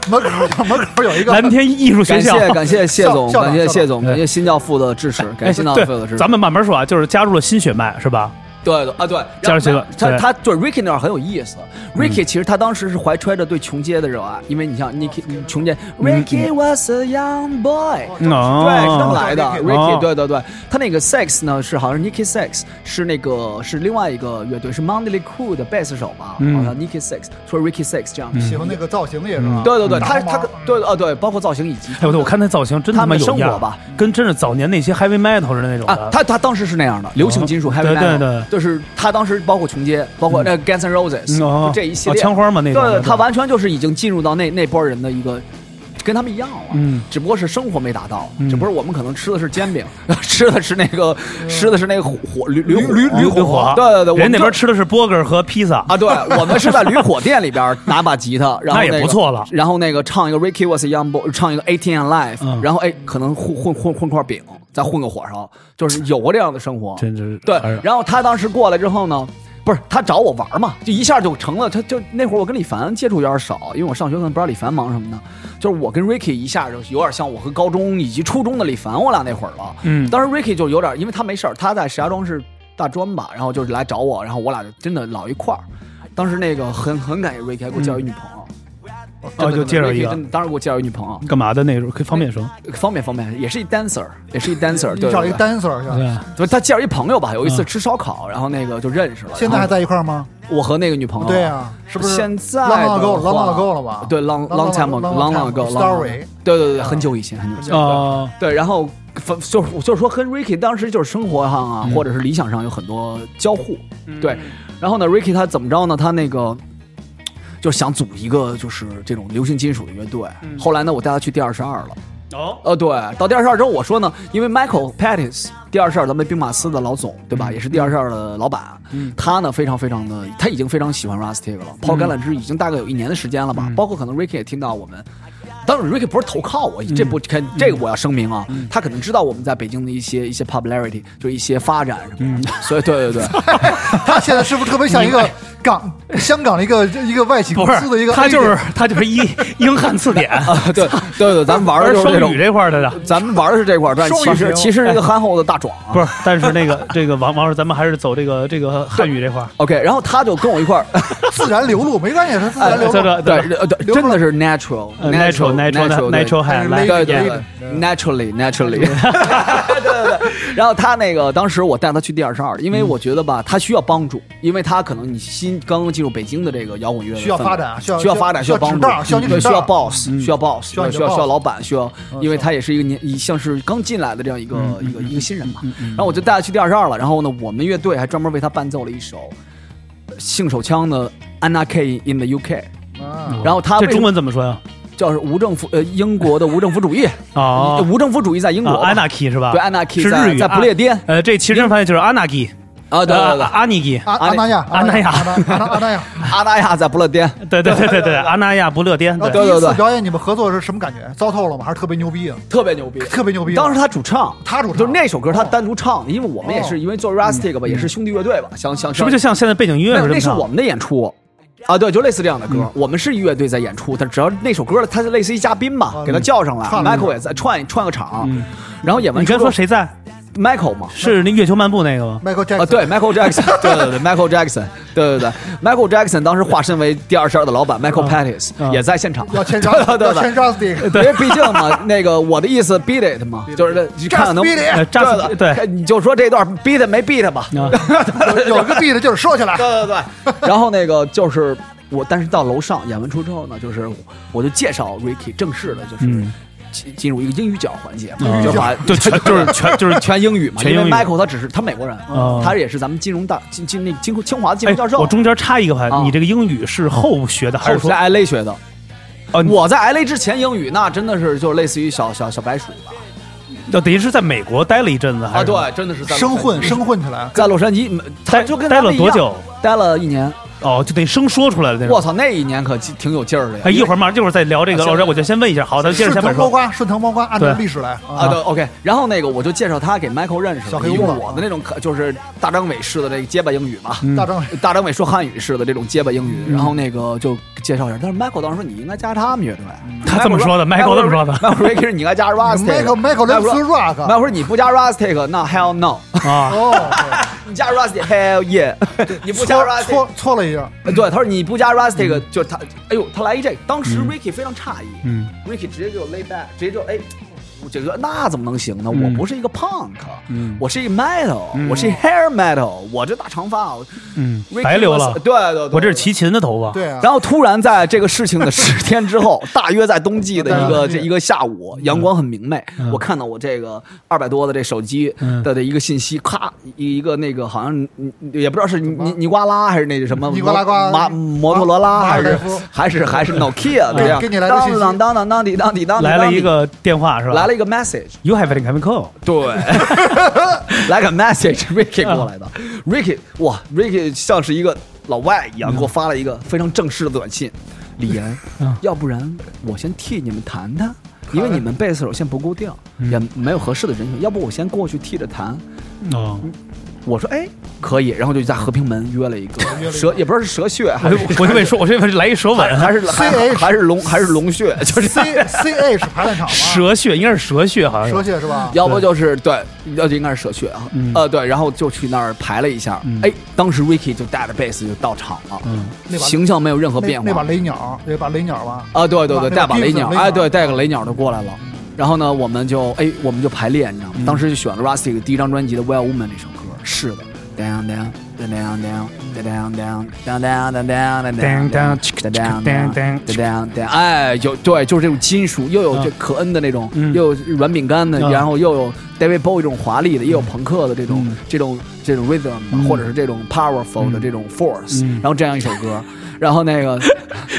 Speaker 2: 门门口门口有一个
Speaker 1: 蓝天艺术学
Speaker 3: 感
Speaker 1: 校。
Speaker 3: 谢感谢谢
Speaker 2: 校
Speaker 3: 总，
Speaker 2: 校长
Speaker 3: 感谢
Speaker 2: 校
Speaker 3: 谢
Speaker 2: 长
Speaker 3: 总，感谢新教父的支持，
Speaker 1: 哎，
Speaker 3: 感谢新教父的支
Speaker 1: 对，
Speaker 3: 持。
Speaker 1: 咱们慢慢说啊，就是加入了新血脉是吧？
Speaker 3: 对对啊，对，
Speaker 1: 加入
Speaker 3: 然后
Speaker 1: 这个
Speaker 3: 他
Speaker 1: 对嗯
Speaker 3: 他对 Ricky 那儿很有意思。Ricky 其实他当时是怀揣着对穷街的热爱，因为你像 Nicky
Speaker 1: 哦
Speaker 3: 穷街，Ricky was a young boy，对，是这么
Speaker 1: 嗯哦，
Speaker 3: 来的。
Speaker 2: 哦
Speaker 3: Ricky，对对对，他那个 Sex 呢是好像是 Nicky Sex，是那个是另外一个乐队，是 Monday Cool 的贝斯手吧，好
Speaker 1: 嗯
Speaker 3: 像 Nicky Sex，说 Ricky Sex 这样的。
Speaker 2: 喜欢那个造型的也是嗯吧？
Speaker 3: 嗯对对
Speaker 1: 嗯
Speaker 3: 对，他
Speaker 2: 长毛
Speaker 3: 他对啊对，包括造型以及
Speaker 1: 哎，我对我看那造型真
Speaker 3: 他
Speaker 1: 他妈
Speaker 3: 们的
Speaker 1: 有
Speaker 3: 生活
Speaker 1: 样
Speaker 3: 吧，
Speaker 1: 跟真是早年那些 heavy metal 似的那种
Speaker 3: 啊
Speaker 1: 的，。
Speaker 3: 他他当时是那样的，流行金属
Speaker 1: 哦
Speaker 3: heavy
Speaker 1: 对对
Speaker 3: metal，
Speaker 1: 对嗯
Speaker 3: 就是他当时包括琼街，包括那个 Guns N' Roses，
Speaker 1: 嗯哦
Speaker 3: 就这一系
Speaker 1: 哦
Speaker 3: 列
Speaker 1: 枪花嘛那种
Speaker 3: 对，
Speaker 1: 的
Speaker 3: 对他完全就是已经进入到那那波人的一个跟他们一样了，
Speaker 1: 嗯，
Speaker 3: 只不过是生活没达到，
Speaker 1: 嗯
Speaker 3: 只不过我们可能吃的是煎饼， 吃的是那个吃的是那个火火驴驴
Speaker 2: 驴
Speaker 1: 驴火，
Speaker 3: 对对对，我
Speaker 1: 人
Speaker 3: 们
Speaker 1: 那
Speaker 3: 就
Speaker 1: 边吃的是 burger 和披萨，
Speaker 3: 啊，对，我们是在驴火店里边拿把吉他，然后、
Speaker 1: 那也
Speaker 3: 个
Speaker 1: 不错了
Speaker 3: 然后那个唱一个 Ricky was a young boy，唱一个 Eighteen and Life，、
Speaker 1: 嗯
Speaker 3: 然后哎，可能混混混混块饼，再混个火烧，就是有过这样的生活。
Speaker 1: 真是
Speaker 3: 对
Speaker 1: 哎呀，
Speaker 3: 然后他当时过来之后呢，不是他找我玩嘛，就一下就成了。他就那会儿我跟李凡接触有点少，因为我上学可能不知道李凡忙什么呢。就是我跟 Ricky 一下就有点像我和高中以及初中的李凡，我俩那会儿了。
Speaker 1: 嗯
Speaker 3: 当时 Ricky 就有点，因为他没事儿，他在石家庄是大专吧，然后就是来找我，然后我俩就真的老一块儿。当时那个很很感谢 Ricky，还给我
Speaker 2: 嗯
Speaker 3: 介绍一女朋友。真
Speaker 1: 哦，
Speaker 3: 的
Speaker 1: 就介绍一
Speaker 3: Ricky 真
Speaker 1: 个
Speaker 3: 的当时给我介绍一女朋友，
Speaker 1: 干嘛的那种，可以方便说，
Speaker 3: 方便方便，也是一 dancer，也是 一 dancer，
Speaker 2: 你
Speaker 3: 对
Speaker 2: 嗯找一
Speaker 3: 对
Speaker 2: 个 dancer
Speaker 1: 对
Speaker 2: 去，
Speaker 1: 吧，
Speaker 3: 对，他介绍一朋友吧，有一次
Speaker 1: 嗯
Speaker 3: 吃烧烤，然后那个就认识了。
Speaker 2: 现在还
Speaker 3: 然后
Speaker 2: 在一块儿吗？
Speaker 3: 我和那个女朋友，
Speaker 2: 对啊，是不是？
Speaker 3: 现在
Speaker 2: long long
Speaker 3: 的
Speaker 2: ago
Speaker 3: 话
Speaker 2: long ago 了吧？
Speaker 3: 对，long long time
Speaker 2: ago-
Speaker 3: ago，long long ago，long
Speaker 2: story，
Speaker 3: 对对对，
Speaker 2: 啊
Speaker 3: 很久以前，很久以前。
Speaker 1: 哦，
Speaker 3: 对，然后反就是就是说跟 Ricky 当时就是生活上啊，
Speaker 1: 嗯
Speaker 3: 或者是理想上有很多交互。对，然后呢，Ricky 他怎么着呢？他那个就想组一个就是这种流行金属的乐队。
Speaker 1: 嗯
Speaker 3: 后来呢，我带他去第二十二了。
Speaker 1: 哦，
Speaker 3: 呃，对，到第二十二之后，我说呢，因为 Michael Pattis，第二十二咱们兵马司的老总，对吧？也是第二十二的老板，
Speaker 1: 嗯
Speaker 3: 他呢非常非常的，他已经非常喜欢 Rustic 了，抛橄榄枝已经大概有一年的时间了吧，
Speaker 1: 嗯
Speaker 3: 包括可能 Ricky 也听到我们。当然，Ricky 不是投靠我，这不肯，这个我要声明啊，他可能知道我们在北京的一些一些 popularity，就是一些发展什 么的，嗯所以对对对，
Speaker 2: 他现在是不是特别像一个港香港的一个一个外企公
Speaker 1: 不是
Speaker 2: 司的一个
Speaker 1: 他
Speaker 2: 哎 agent？，
Speaker 1: 就是 他就是英英汉字典，
Speaker 3: 啊对对对，咱们玩的就是这
Speaker 1: 双
Speaker 3: 种
Speaker 1: 语，这块儿的呢。
Speaker 3: 咱们玩的是这块儿，但
Speaker 2: 双语
Speaker 3: 其实
Speaker 2: 屏
Speaker 3: 其实是一个憨厚的大壮 啊，
Speaker 1: 不是，但是那 个这个王王老师，咱们还是走这个这个汉语这块儿。
Speaker 3: OK，然后他就跟我一块儿，
Speaker 2: 自然流露，没关系，是 自然流
Speaker 1: 这
Speaker 2: 露。
Speaker 1: 个
Speaker 3: 对呃对，
Speaker 2: 流
Speaker 3: 真
Speaker 2: 出
Speaker 3: 的
Speaker 2: 来
Speaker 3: 是 natural
Speaker 1: ，natural
Speaker 3: natural
Speaker 1: 呃 natural
Speaker 3: 对
Speaker 1: natural
Speaker 2: 哎
Speaker 1: hand，来嗯
Speaker 3: 对
Speaker 2: 对
Speaker 3: 对
Speaker 2: 对
Speaker 3: 对
Speaker 2: 对
Speaker 3: ，naturally naturally，对对对。然后他那个当时我带他去第二十二，
Speaker 1: 嗯
Speaker 3: 因为我觉得吧，他需要帮助，因为他可能你新刚刚进入北京的这个摇滚乐的
Speaker 2: 需要
Speaker 3: 氛围
Speaker 2: 发展啊需要
Speaker 3: 哎需发展，
Speaker 2: 需
Speaker 3: 要
Speaker 2: 要
Speaker 3: 帮
Speaker 2: 指
Speaker 3: 助嗯
Speaker 2: 棒，需要你
Speaker 3: 对
Speaker 2: 指
Speaker 3: 需要
Speaker 2: 棒
Speaker 3: boss，需
Speaker 1: 嗯
Speaker 3: 要 boss，
Speaker 2: 需要
Speaker 3: 对
Speaker 2: 你
Speaker 3: 需
Speaker 2: 的
Speaker 3: 要需
Speaker 2: boss
Speaker 3: 要
Speaker 2: 嗯
Speaker 3: 老板，需要，因为他也是一个年一像是刚进来的这样一个
Speaker 1: 嗯
Speaker 3: 一个一个新人嘛。然后我就带他去第二十二了，然后呢，我们乐队还专门为他伴奏了一首呃性手枪的《Anna K in the UK》。
Speaker 2: 嗯
Speaker 3: 然后他
Speaker 1: 这
Speaker 3: 为什
Speaker 1: 中
Speaker 3: 么
Speaker 1: 文怎么说呀？
Speaker 3: 叫是无政府呃英国的无政府主义，
Speaker 1: 哦，
Speaker 3: 无政府主义嗯在英国吧
Speaker 1: 安娜 key 啊是吧？
Speaker 3: 对安娜 key
Speaker 1: 是
Speaker 3: 在
Speaker 1: 日语，
Speaker 3: 在不列颠
Speaker 1: 啊呃，这其实翻译就是安娜 key，
Speaker 3: 啊，对对对
Speaker 1: 呃，，阿尼 key，
Speaker 2: 阿阿那亚，
Speaker 1: 阿那亚
Speaker 2: 阿那阿那亚。
Speaker 3: 阿那亚在不列颠，
Speaker 1: 对对
Speaker 3: 啊
Speaker 1: 对对对，阿那亚不乐颠，
Speaker 2: 然后
Speaker 1: 对
Speaker 3: 哦对
Speaker 2: 呃第一次表演你们合作是什么感觉？糟透了吗？还是特别牛逼啊？
Speaker 3: 特别牛逼，
Speaker 2: 特别牛逼啊。
Speaker 3: 当时他主唱，
Speaker 2: 他主唱
Speaker 3: 就是那首歌他单独唱的，因为我们也是因为做 Rustic 吧，也是兄弟乐队吧，想想
Speaker 1: 哦嗯是不是就像现在背景音乐
Speaker 3: 没有
Speaker 1: 似的？
Speaker 3: 那是我们的演出。啊，对，就类似这样的
Speaker 1: 嗯
Speaker 3: 歌，我们是乐队在演出，但只要那首歌，他是类似于嘉宾嘛，
Speaker 1: 哦
Speaker 2: 嗯
Speaker 3: 给他叫上来
Speaker 2: 串了
Speaker 3: ，Michael 也在串串个场，然后演
Speaker 1: 嗯
Speaker 3: 完
Speaker 1: 你
Speaker 3: 之
Speaker 1: 刚
Speaker 3: 后
Speaker 1: 说谁在？
Speaker 3: Michael 嘛，
Speaker 1: 是那月球漫步那个吗？
Speaker 2: Michael Jackson
Speaker 3: 啊，对 ，Michael Jackson，对对对，Michael Jackson，对对对，Michael Jackson 当时化身为第二十二的老板 Michael Pattis
Speaker 1: 啊
Speaker 3: 也在现场，
Speaker 2: 要签
Speaker 3: 对
Speaker 2: 张，
Speaker 3: 对对
Speaker 2: 要 签
Speaker 3: 对
Speaker 2: Justin，
Speaker 3: 因为毕竟嘛，那个我的意思，beat it 嘛，就是你看看能
Speaker 2: Just beat it
Speaker 1: 呃扎死
Speaker 3: 对
Speaker 1: 对
Speaker 3: 对，你就说这段 beat it 没 beat 吧，
Speaker 1: 啊，
Speaker 2: 有有一个 B 的就是说起来
Speaker 3: 对，对 对。然后那个就是我，但是到楼上演完出之后呢，就是我就介绍 Ricky 正式的，就是
Speaker 1: 嗯
Speaker 3: 进进入一个英语角环节嘛，
Speaker 1: 嗯
Speaker 3: 就把
Speaker 1: 就全就是全就是
Speaker 3: 全英语嘛，
Speaker 1: 全英语
Speaker 3: 因为 Michael 他只是他美国人
Speaker 1: 哦，
Speaker 3: 他也是咱们金融大金金那清清华的金融
Speaker 1: 哎
Speaker 3: 教，授
Speaker 1: 我。中间插一个话
Speaker 3: 啊，
Speaker 1: 你这个英语是后学的还
Speaker 3: 我
Speaker 1: 是
Speaker 3: 是
Speaker 1: 说
Speaker 3: 在 LA 学的，
Speaker 1: 哦你
Speaker 3: 我在 LA 之前英语那真的是就类似于小小小白鼠吧
Speaker 1: 呃等于是在美国待了一阵子还
Speaker 3: 啊，
Speaker 1: 是什么？
Speaker 3: 对，真的是在洛
Speaker 2: 生
Speaker 3: 杉
Speaker 2: 混
Speaker 3: 矶
Speaker 2: 生混起来。
Speaker 3: 在洛杉矶，嗯他
Speaker 1: 待
Speaker 3: 就跟
Speaker 1: 待
Speaker 3: 咱
Speaker 1: 了
Speaker 3: 们一
Speaker 1: 多
Speaker 3: 样？
Speaker 1: 久？
Speaker 3: 待了一年，
Speaker 1: 哦，就得生说出来的那
Speaker 3: 我
Speaker 1: 种。
Speaker 3: 操，那一年可挺有劲儿的呀！
Speaker 1: 哎，一会儿马上一会儿再聊这个，
Speaker 3: 啊行
Speaker 1: 老师，我就先问一下，好，咱接着
Speaker 2: 顺
Speaker 1: 先把
Speaker 2: 藤摸
Speaker 1: 说。
Speaker 2: 瓜，顺藤摸瓜，按照
Speaker 1: 对
Speaker 2: 历史来
Speaker 3: 啊，
Speaker 2: 啊。
Speaker 3: 对，OK。然后那个我就介绍他给 Michael 认识
Speaker 2: 小
Speaker 3: 了，
Speaker 2: 黑
Speaker 3: 因
Speaker 2: 屋
Speaker 3: 为
Speaker 2: 了
Speaker 3: 我的那种可就是大张伟式的这个结巴英语嘛，
Speaker 2: 大张伟，
Speaker 3: 大张伟说汉语式的这种结巴英
Speaker 2: 嗯
Speaker 3: 语。然后那个就介绍一下，但是 Michael 当时说你应该加他们乐队，
Speaker 1: 他这么说的
Speaker 3: Michael
Speaker 1: Michael 这么说的
Speaker 3: Michael Ricky 你应该加 Rustic。
Speaker 2: Michael Michael 来自
Speaker 3: Michael
Speaker 2: Rock。啊
Speaker 3: 说你不加 Rustic，那 Hell No。
Speaker 1: 啊，
Speaker 2: 哦，
Speaker 3: 你加 Rustic，Hell yeah！你
Speaker 2: 对
Speaker 3: 不加
Speaker 2: 错
Speaker 3: Rustic，
Speaker 2: 错错了一下，
Speaker 3: 对，他说你不加 Rustic，就是他，哎呦，他来一这个，当时 Ricky 非常诧异，
Speaker 1: 嗯，
Speaker 3: Ricky 直接给我 lay back，直接就哎，不这个那怎么能行呢？
Speaker 1: 嗯
Speaker 3: 我不是一个 punk，
Speaker 1: 嗯
Speaker 3: 我是一 metal，、
Speaker 1: 嗯
Speaker 3: 我是一 hair metal，我这大长发，我
Speaker 1: 嗯，白留了，
Speaker 3: 对对对，
Speaker 1: 我这是齐秦的头发，
Speaker 2: 对啊，
Speaker 3: 然后突然在这个事情的十天之后，大约在冬季的一个这一个下午，阳光很明媚，我看到我这个二百多的这手机
Speaker 1: 嗯
Speaker 3: 的的一个信息，咔一一个那个好像嗯也不知道是尼尼瓜拉还是那个什么
Speaker 2: 尼瓜拉瓜
Speaker 3: 摩摩摩托罗拉
Speaker 2: 马
Speaker 3: 还
Speaker 2: 尔
Speaker 3: 是
Speaker 2: 代夫
Speaker 3: 还是还是 Nokia 的这样，
Speaker 2: 给你来个信息
Speaker 3: 当当当当当当当当，
Speaker 1: 来了一个电话是吧？
Speaker 3: 来了一个 message，
Speaker 1: ，You have been coming home。
Speaker 3: 对， 来个 message，Ricky 过来的，Ricky，哇，Ricky 像是一个老外一样，给我发了一个非常正式的短信，李岩
Speaker 1: 嗯，
Speaker 3: 要不然我先替你们弹弹，因为你们贝斯手现不够调，也没有合适的人选，要不我先过去替着弹。
Speaker 1: 哦，
Speaker 3: 我说哎，可以，然后就在和平门 约了一个蛇，也不知道是蛇穴 还
Speaker 1: 我
Speaker 3: 是
Speaker 1: 就我就被说，我这边来一舌吻，
Speaker 3: 还是还
Speaker 2: CH
Speaker 3: 还是龙还是龙穴，就是
Speaker 2: C C H 排练场
Speaker 1: 啊
Speaker 2: 嘛，
Speaker 1: 蛇穴，应该是蛇穴，好像
Speaker 2: 蛇
Speaker 1: 是。
Speaker 2: 血是吧？
Speaker 3: 要不就是对，要就应该是社区啊，呃对，然后就去那儿排了一下，哎，当时 Ricky 就带着贝斯就到场了，
Speaker 1: 嗯
Speaker 2: 那把
Speaker 3: 形象没有任何
Speaker 2: 那
Speaker 3: 变
Speaker 2: 那把
Speaker 3: 化
Speaker 2: 雷鸟，有一把雷鸟吧？
Speaker 3: 啊，对对对，
Speaker 2: 那把
Speaker 3: 带把雷鸟，
Speaker 2: 那把
Speaker 3: 哎对，带个雷鸟就过来了，然后呢，我们就哎我们就排练，你知道吗？当时就选了 Rustic 第一张专辑的《Well Woman》这首歌，是的，down down down down down down down down down down down down down down down down down，哎，有对，就是这种金属，又有这可恩的那种，又有软饼干的，
Speaker 1: 嗯
Speaker 3: 然后又有 David Bowie 这种华丽的，也有朋克的这种这种这种 rhythm，或者是这种 powerful 的这种 force，然后这样一首歌，然后那个，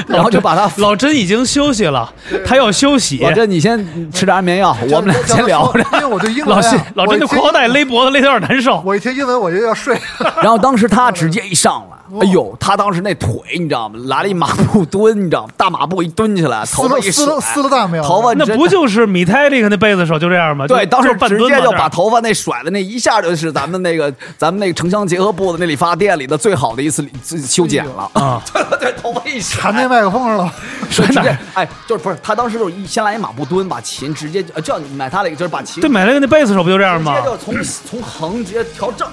Speaker 3: 然后就把它
Speaker 1: 老甄已经休息了，他要休息。
Speaker 3: 老甄，你先吃点安眠药，我们俩先聊着。
Speaker 2: 着，因为我对英文
Speaker 1: 老
Speaker 2: 啊，
Speaker 1: 甄，老甄就
Speaker 2: 我一听
Speaker 1: 裤腰带勒脖子勒得有点难受。
Speaker 2: 我一听英文我就要睡，
Speaker 3: 然后当时他直接一上来，哎呦，他当时那腿你知道吗？拉了一马步蹲，你知道吗？大马步一蹲起来，头
Speaker 2: 撕
Speaker 3: 发
Speaker 2: 了
Speaker 3: 一
Speaker 2: 撕
Speaker 3: 甩
Speaker 2: 了，撕了蛋没有？
Speaker 3: 头发
Speaker 1: 那
Speaker 3: 真
Speaker 1: 不就是米泰利克那贝斯手就这样吗？
Speaker 3: 对，
Speaker 1: 就
Speaker 3: 当时
Speaker 1: 就半
Speaker 3: 直
Speaker 1: 蹲
Speaker 3: 接
Speaker 1: 嘛
Speaker 3: 就
Speaker 1: 这
Speaker 3: 把
Speaker 1: 样
Speaker 3: 头发那甩的那一下，就是咱们那个咱们那个城乡结合部的那理发店里的最好的一次理修剪了
Speaker 2: 哎
Speaker 1: 啊！
Speaker 3: 对，头发一甩
Speaker 2: 缠那麦克风上了，
Speaker 3: 就直接哎，就是不是他当时就是一先来一马步蹲，把琴直接呃叫你买他那个就是把琴
Speaker 1: 对，米泰利克那贝斯手不就这样
Speaker 3: 直
Speaker 1: 吗
Speaker 3: 接？就从从横直接调正，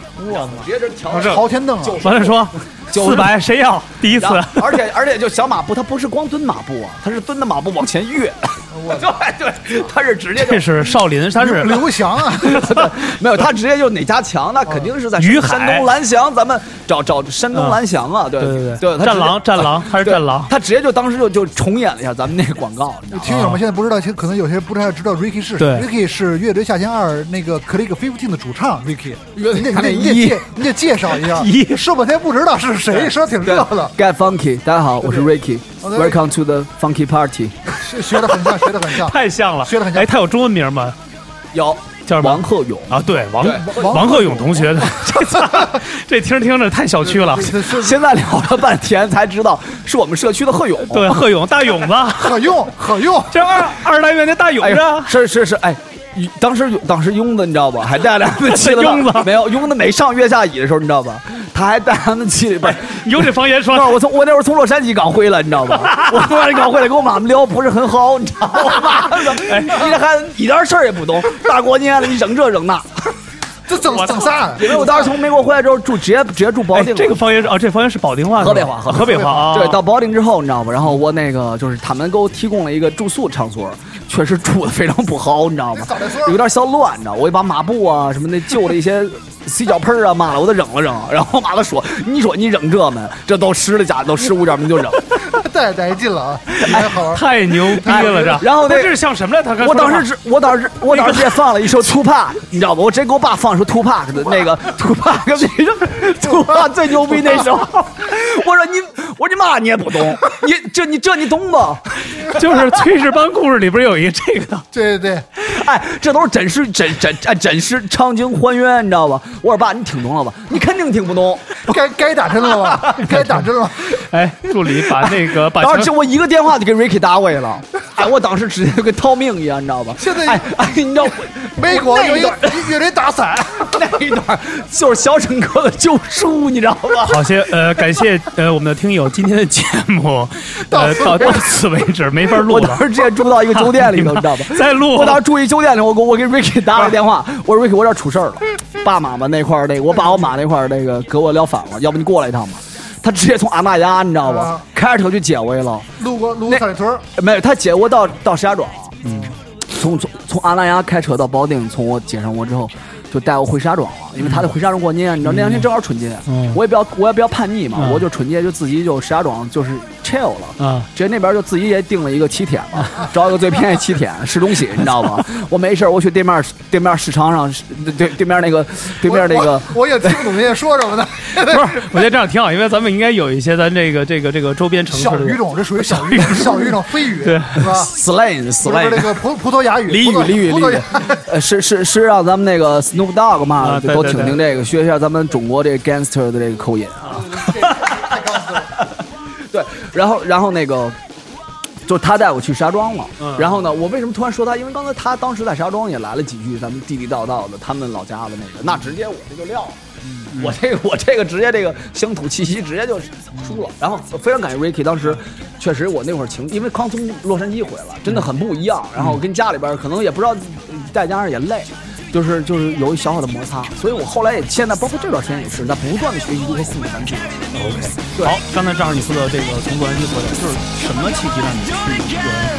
Speaker 3: 直接这调正。
Speaker 2: 朝天
Speaker 1: 嗯
Speaker 2: 凳啊，
Speaker 1: 完了说
Speaker 3: 九
Speaker 1: 四
Speaker 3: 十
Speaker 1: 百谁要第一次
Speaker 3: 然？后而且而且就小马步，他不是光蹲马步啊，他是蹲的马步往前跃， 对对，他是直接就
Speaker 1: 这是少林，他是嗯
Speaker 2: 刘翔啊，
Speaker 3: 没有，他直接就哪家强，那肯定是在
Speaker 1: 于海嗯
Speaker 3: 山东蓝翔，咱们找找山东蓝翔啊，对
Speaker 1: 对
Speaker 3: 对
Speaker 1: 对战狼战狼还是战狼？
Speaker 3: 他直接就当时就就重演了一下咱们那个广告，你知道吗？
Speaker 2: 听友们现在不知道，其实可能有些不太知道 Ricky 是谁。
Speaker 1: 对
Speaker 2: Ricky 是乐队夏天二那个 Click Fifteen 的主唱 Ricky，你得你
Speaker 3: 他那
Speaker 2: 得你得
Speaker 3: 一
Speaker 2: 介你得介绍一下
Speaker 1: 一，
Speaker 2: 说半天不知道哦是谁，说挺热
Speaker 3: 对
Speaker 2: 闹的，
Speaker 3: ，Get Funky，大家好，我是 Ricky，Welcome to the Funky Party。
Speaker 2: 学学的很像，学的很像。
Speaker 1: 太像了，
Speaker 2: 学得很像
Speaker 1: 哎，他有中文名吗？
Speaker 3: 有
Speaker 1: 叫什么
Speaker 3: 王鹤勇，
Speaker 1: 啊，对，王
Speaker 3: 对
Speaker 2: 王
Speaker 1: 王鹤勇同 学，这听着听着太小觑了。
Speaker 2: 这是
Speaker 3: 现在聊了半天才知道是我们社区的鹤勇。
Speaker 1: 对，鹤勇大勇子，
Speaker 2: 可用可用，
Speaker 1: 这二二十来元的大勇
Speaker 3: 哎
Speaker 1: 子
Speaker 3: 呀，是是是，哎，当时当时庸子你知道吧，还带来 们气了吧
Speaker 1: 庸子
Speaker 3: 没有庸子每上月下椅的时候，你知道吧，他还带他们气 里边。
Speaker 1: 你用这方言
Speaker 3: 那会儿
Speaker 1: 说，
Speaker 3: 我从我那会儿从洛杉矶港回来，你知 道吧？我从洛杉矶港回来，跟我妈妈聊不是很好，你知道吗？我妈妈说
Speaker 1: 哎
Speaker 3: 你这孩子一点事儿也不懂，大过年的你整 这整那。
Speaker 2: 这整
Speaker 1: 我
Speaker 2: 整啥？
Speaker 3: 因为我当时从美国回来之后住直接直接住保
Speaker 1: 哎，
Speaker 3: 定了，
Speaker 1: 这个方言是啊，这方言是保定话是吧，
Speaker 3: 河北话
Speaker 1: 河北话啊。
Speaker 3: 对，到保定之后，你知道吧？然后我那个就是他们给我提供了一个住宿场所，确实住的非常不好，你知道吗
Speaker 2: 早点说？
Speaker 3: 有点小乱，你知道吗？我也把马布啊什么的旧的一些洗脚盆啊，妈的，我都扔了扔。然后妈的说：“你说你扔这门，这都湿了家都湿污点你就扔。
Speaker 2: 太带劲了啊！
Speaker 3: 哎
Speaker 2: 太好玩。
Speaker 1: 太牛逼了这。
Speaker 3: 然后
Speaker 1: 不
Speaker 3: 那
Speaker 1: 是这是像什么来？他”刚
Speaker 3: 我
Speaker 1: 说的
Speaker 3: 当
Speaker 1: 话
Speaker 3: 时只，我当时，我当时直接放了一首 Tupac，你知道吗？我直接给我爸放一首 Tupac 的那个 Tupac 跟那个 Tupac 最牛逼那首。我说你，我说你妈你也不懂，你这你这你懂吗？
Speaker 1: 就是《炊事班故事》里边有一个这个，
Speaker 2: 对对对，
Speaker 3: 哎，这都是枕尸枕枕哎枕尸昌景还原，你知道吧？我说爸，你听懂了吧？你肯定听不懂。
Speaker 2: 该该打针了 吧？该打针了。
Speaker 1: 哎，助理把那个
Speaker 2: 哎
Speaker 1: 把
Speaker 3: 当时
Speaker 1: 墙
Speaker 3: 我一个电话就给 Ricky 打过去了，哎，我当时直接就跟逃命一样，你知道吧？
Speaker 2: 现在
Speaker 3: 哎哎，你知道
Speaker 2: 美国
Speaker 3: 那
Speaker 2: 有
Speaker 3: 一
Speaker 2: 一
Speaker 3: 段
Speaker 2: 乐队打伞，
Speaker 3: 那一段就是小沈哥的救赎，你知道吧？
Speaker 1: 好些呃，感谢呃我们的听友，今天的节 目呃到到此为止，没法录
Speaker 2: 啊
Speaker 3: 我当
Speaker 1: 了。
Speaker 3: 时直接住到一个酒店里头，你知 道吧？
Speaker 1: 再录
Speaker 3: 我当时住一酒店里，我给我给 Ricky 打
Speaker 2: 啊
Speaker 3: 了电话，我说 Ricky，我这儿出事儿了，爸妈妈那块儿那个，我爸我妈那块儿那个给我聊反了，要不你过来一趟吧。他直接从阿那亚，你知道吧
Speaker 2: 啊，
Speaker 3: 开着车去解围了。
Speaker 2: 路过路过三里屯儿，
Speaker 3: 没有，他姐我到到石家庄，嗯，从从从阿拉雅开车到保定，从我接上我之后，就带我回石家庄了，因为他在回石家庄过年，你知道那两天正好春节，
Speaker 1: 嗯
Speaker 3: 我也不要我也不要叛逆嘛，
Speaker 1: 嗯
Speaker 3: 我就春节就自己就石家庄就是 chill 了。
Speaker 1: 啊，
Speaker 3: 直接那边就自己也订了一个七天嘛，找一个最便宜七天吃东西，你知道吗？我没事儿我去对面对面市场上，对对面那个对面那个
Speaker 2: 我我我也听不懂人家说什么 呢。
Speaker 1: 不是，我觉得这样挺好，因为咱们应该有一些咱这个这个这个周边城市
Speaker 2: 小语
Speaker 1: 的
Speaker 2: 种，这属于小语种，小语种非语，
Speaker 1: 对
Speaker 2: 是吧？
Speaker 3: Slane
Speaker 2: 不是那
Speaker 3: Slane。
Speaker 2: 个葡葡萄牙语，
Speaker 3: 俚
Speaker 2: 葡
Speaker 3: 语，
Speaker 2: 萄
Speaker 3: 俚语，
Speaker 2: 葡萄
Speaker 3: 俚
Speaker 2: 牙
Speaker 3: 语，呃，是是是，让咱们那个 Snoop Dogg 嘛，
Speaker 1: 啊对
Speaker 3: 多
Speaker 1: 对
Speaker 3: 听听这个，学一下咱们中国这 gangster 的这个口音啊。
Speaker 2: 太高级了。
Speaker 3: 对，然后然后那个，就是他带我去石家庄了。
Speaker 1: 嗯
Speaker 3: 然后呢，我为什么突然说他？因为刚才他当时在石家庄也来了几句咱们地地道道的他们老家的那个，那直接我这就撂了。我这个我这个直接这个乡土气息直接就输了，然后非常感谢 Ricky，当时确实我那会儿情，因为刚从洛杉矶回来，真的很不一样。然后跟家里边儿可能也不知道，再加上也累，就是就是有一小小的摩擦，所以我后来也现在包括这段时间也是在不断的学习如何控制咱自己。
Speaker 1: OK。好，刚才正好你说的这个从洛杉矶回来，就是什么契机让你去一个人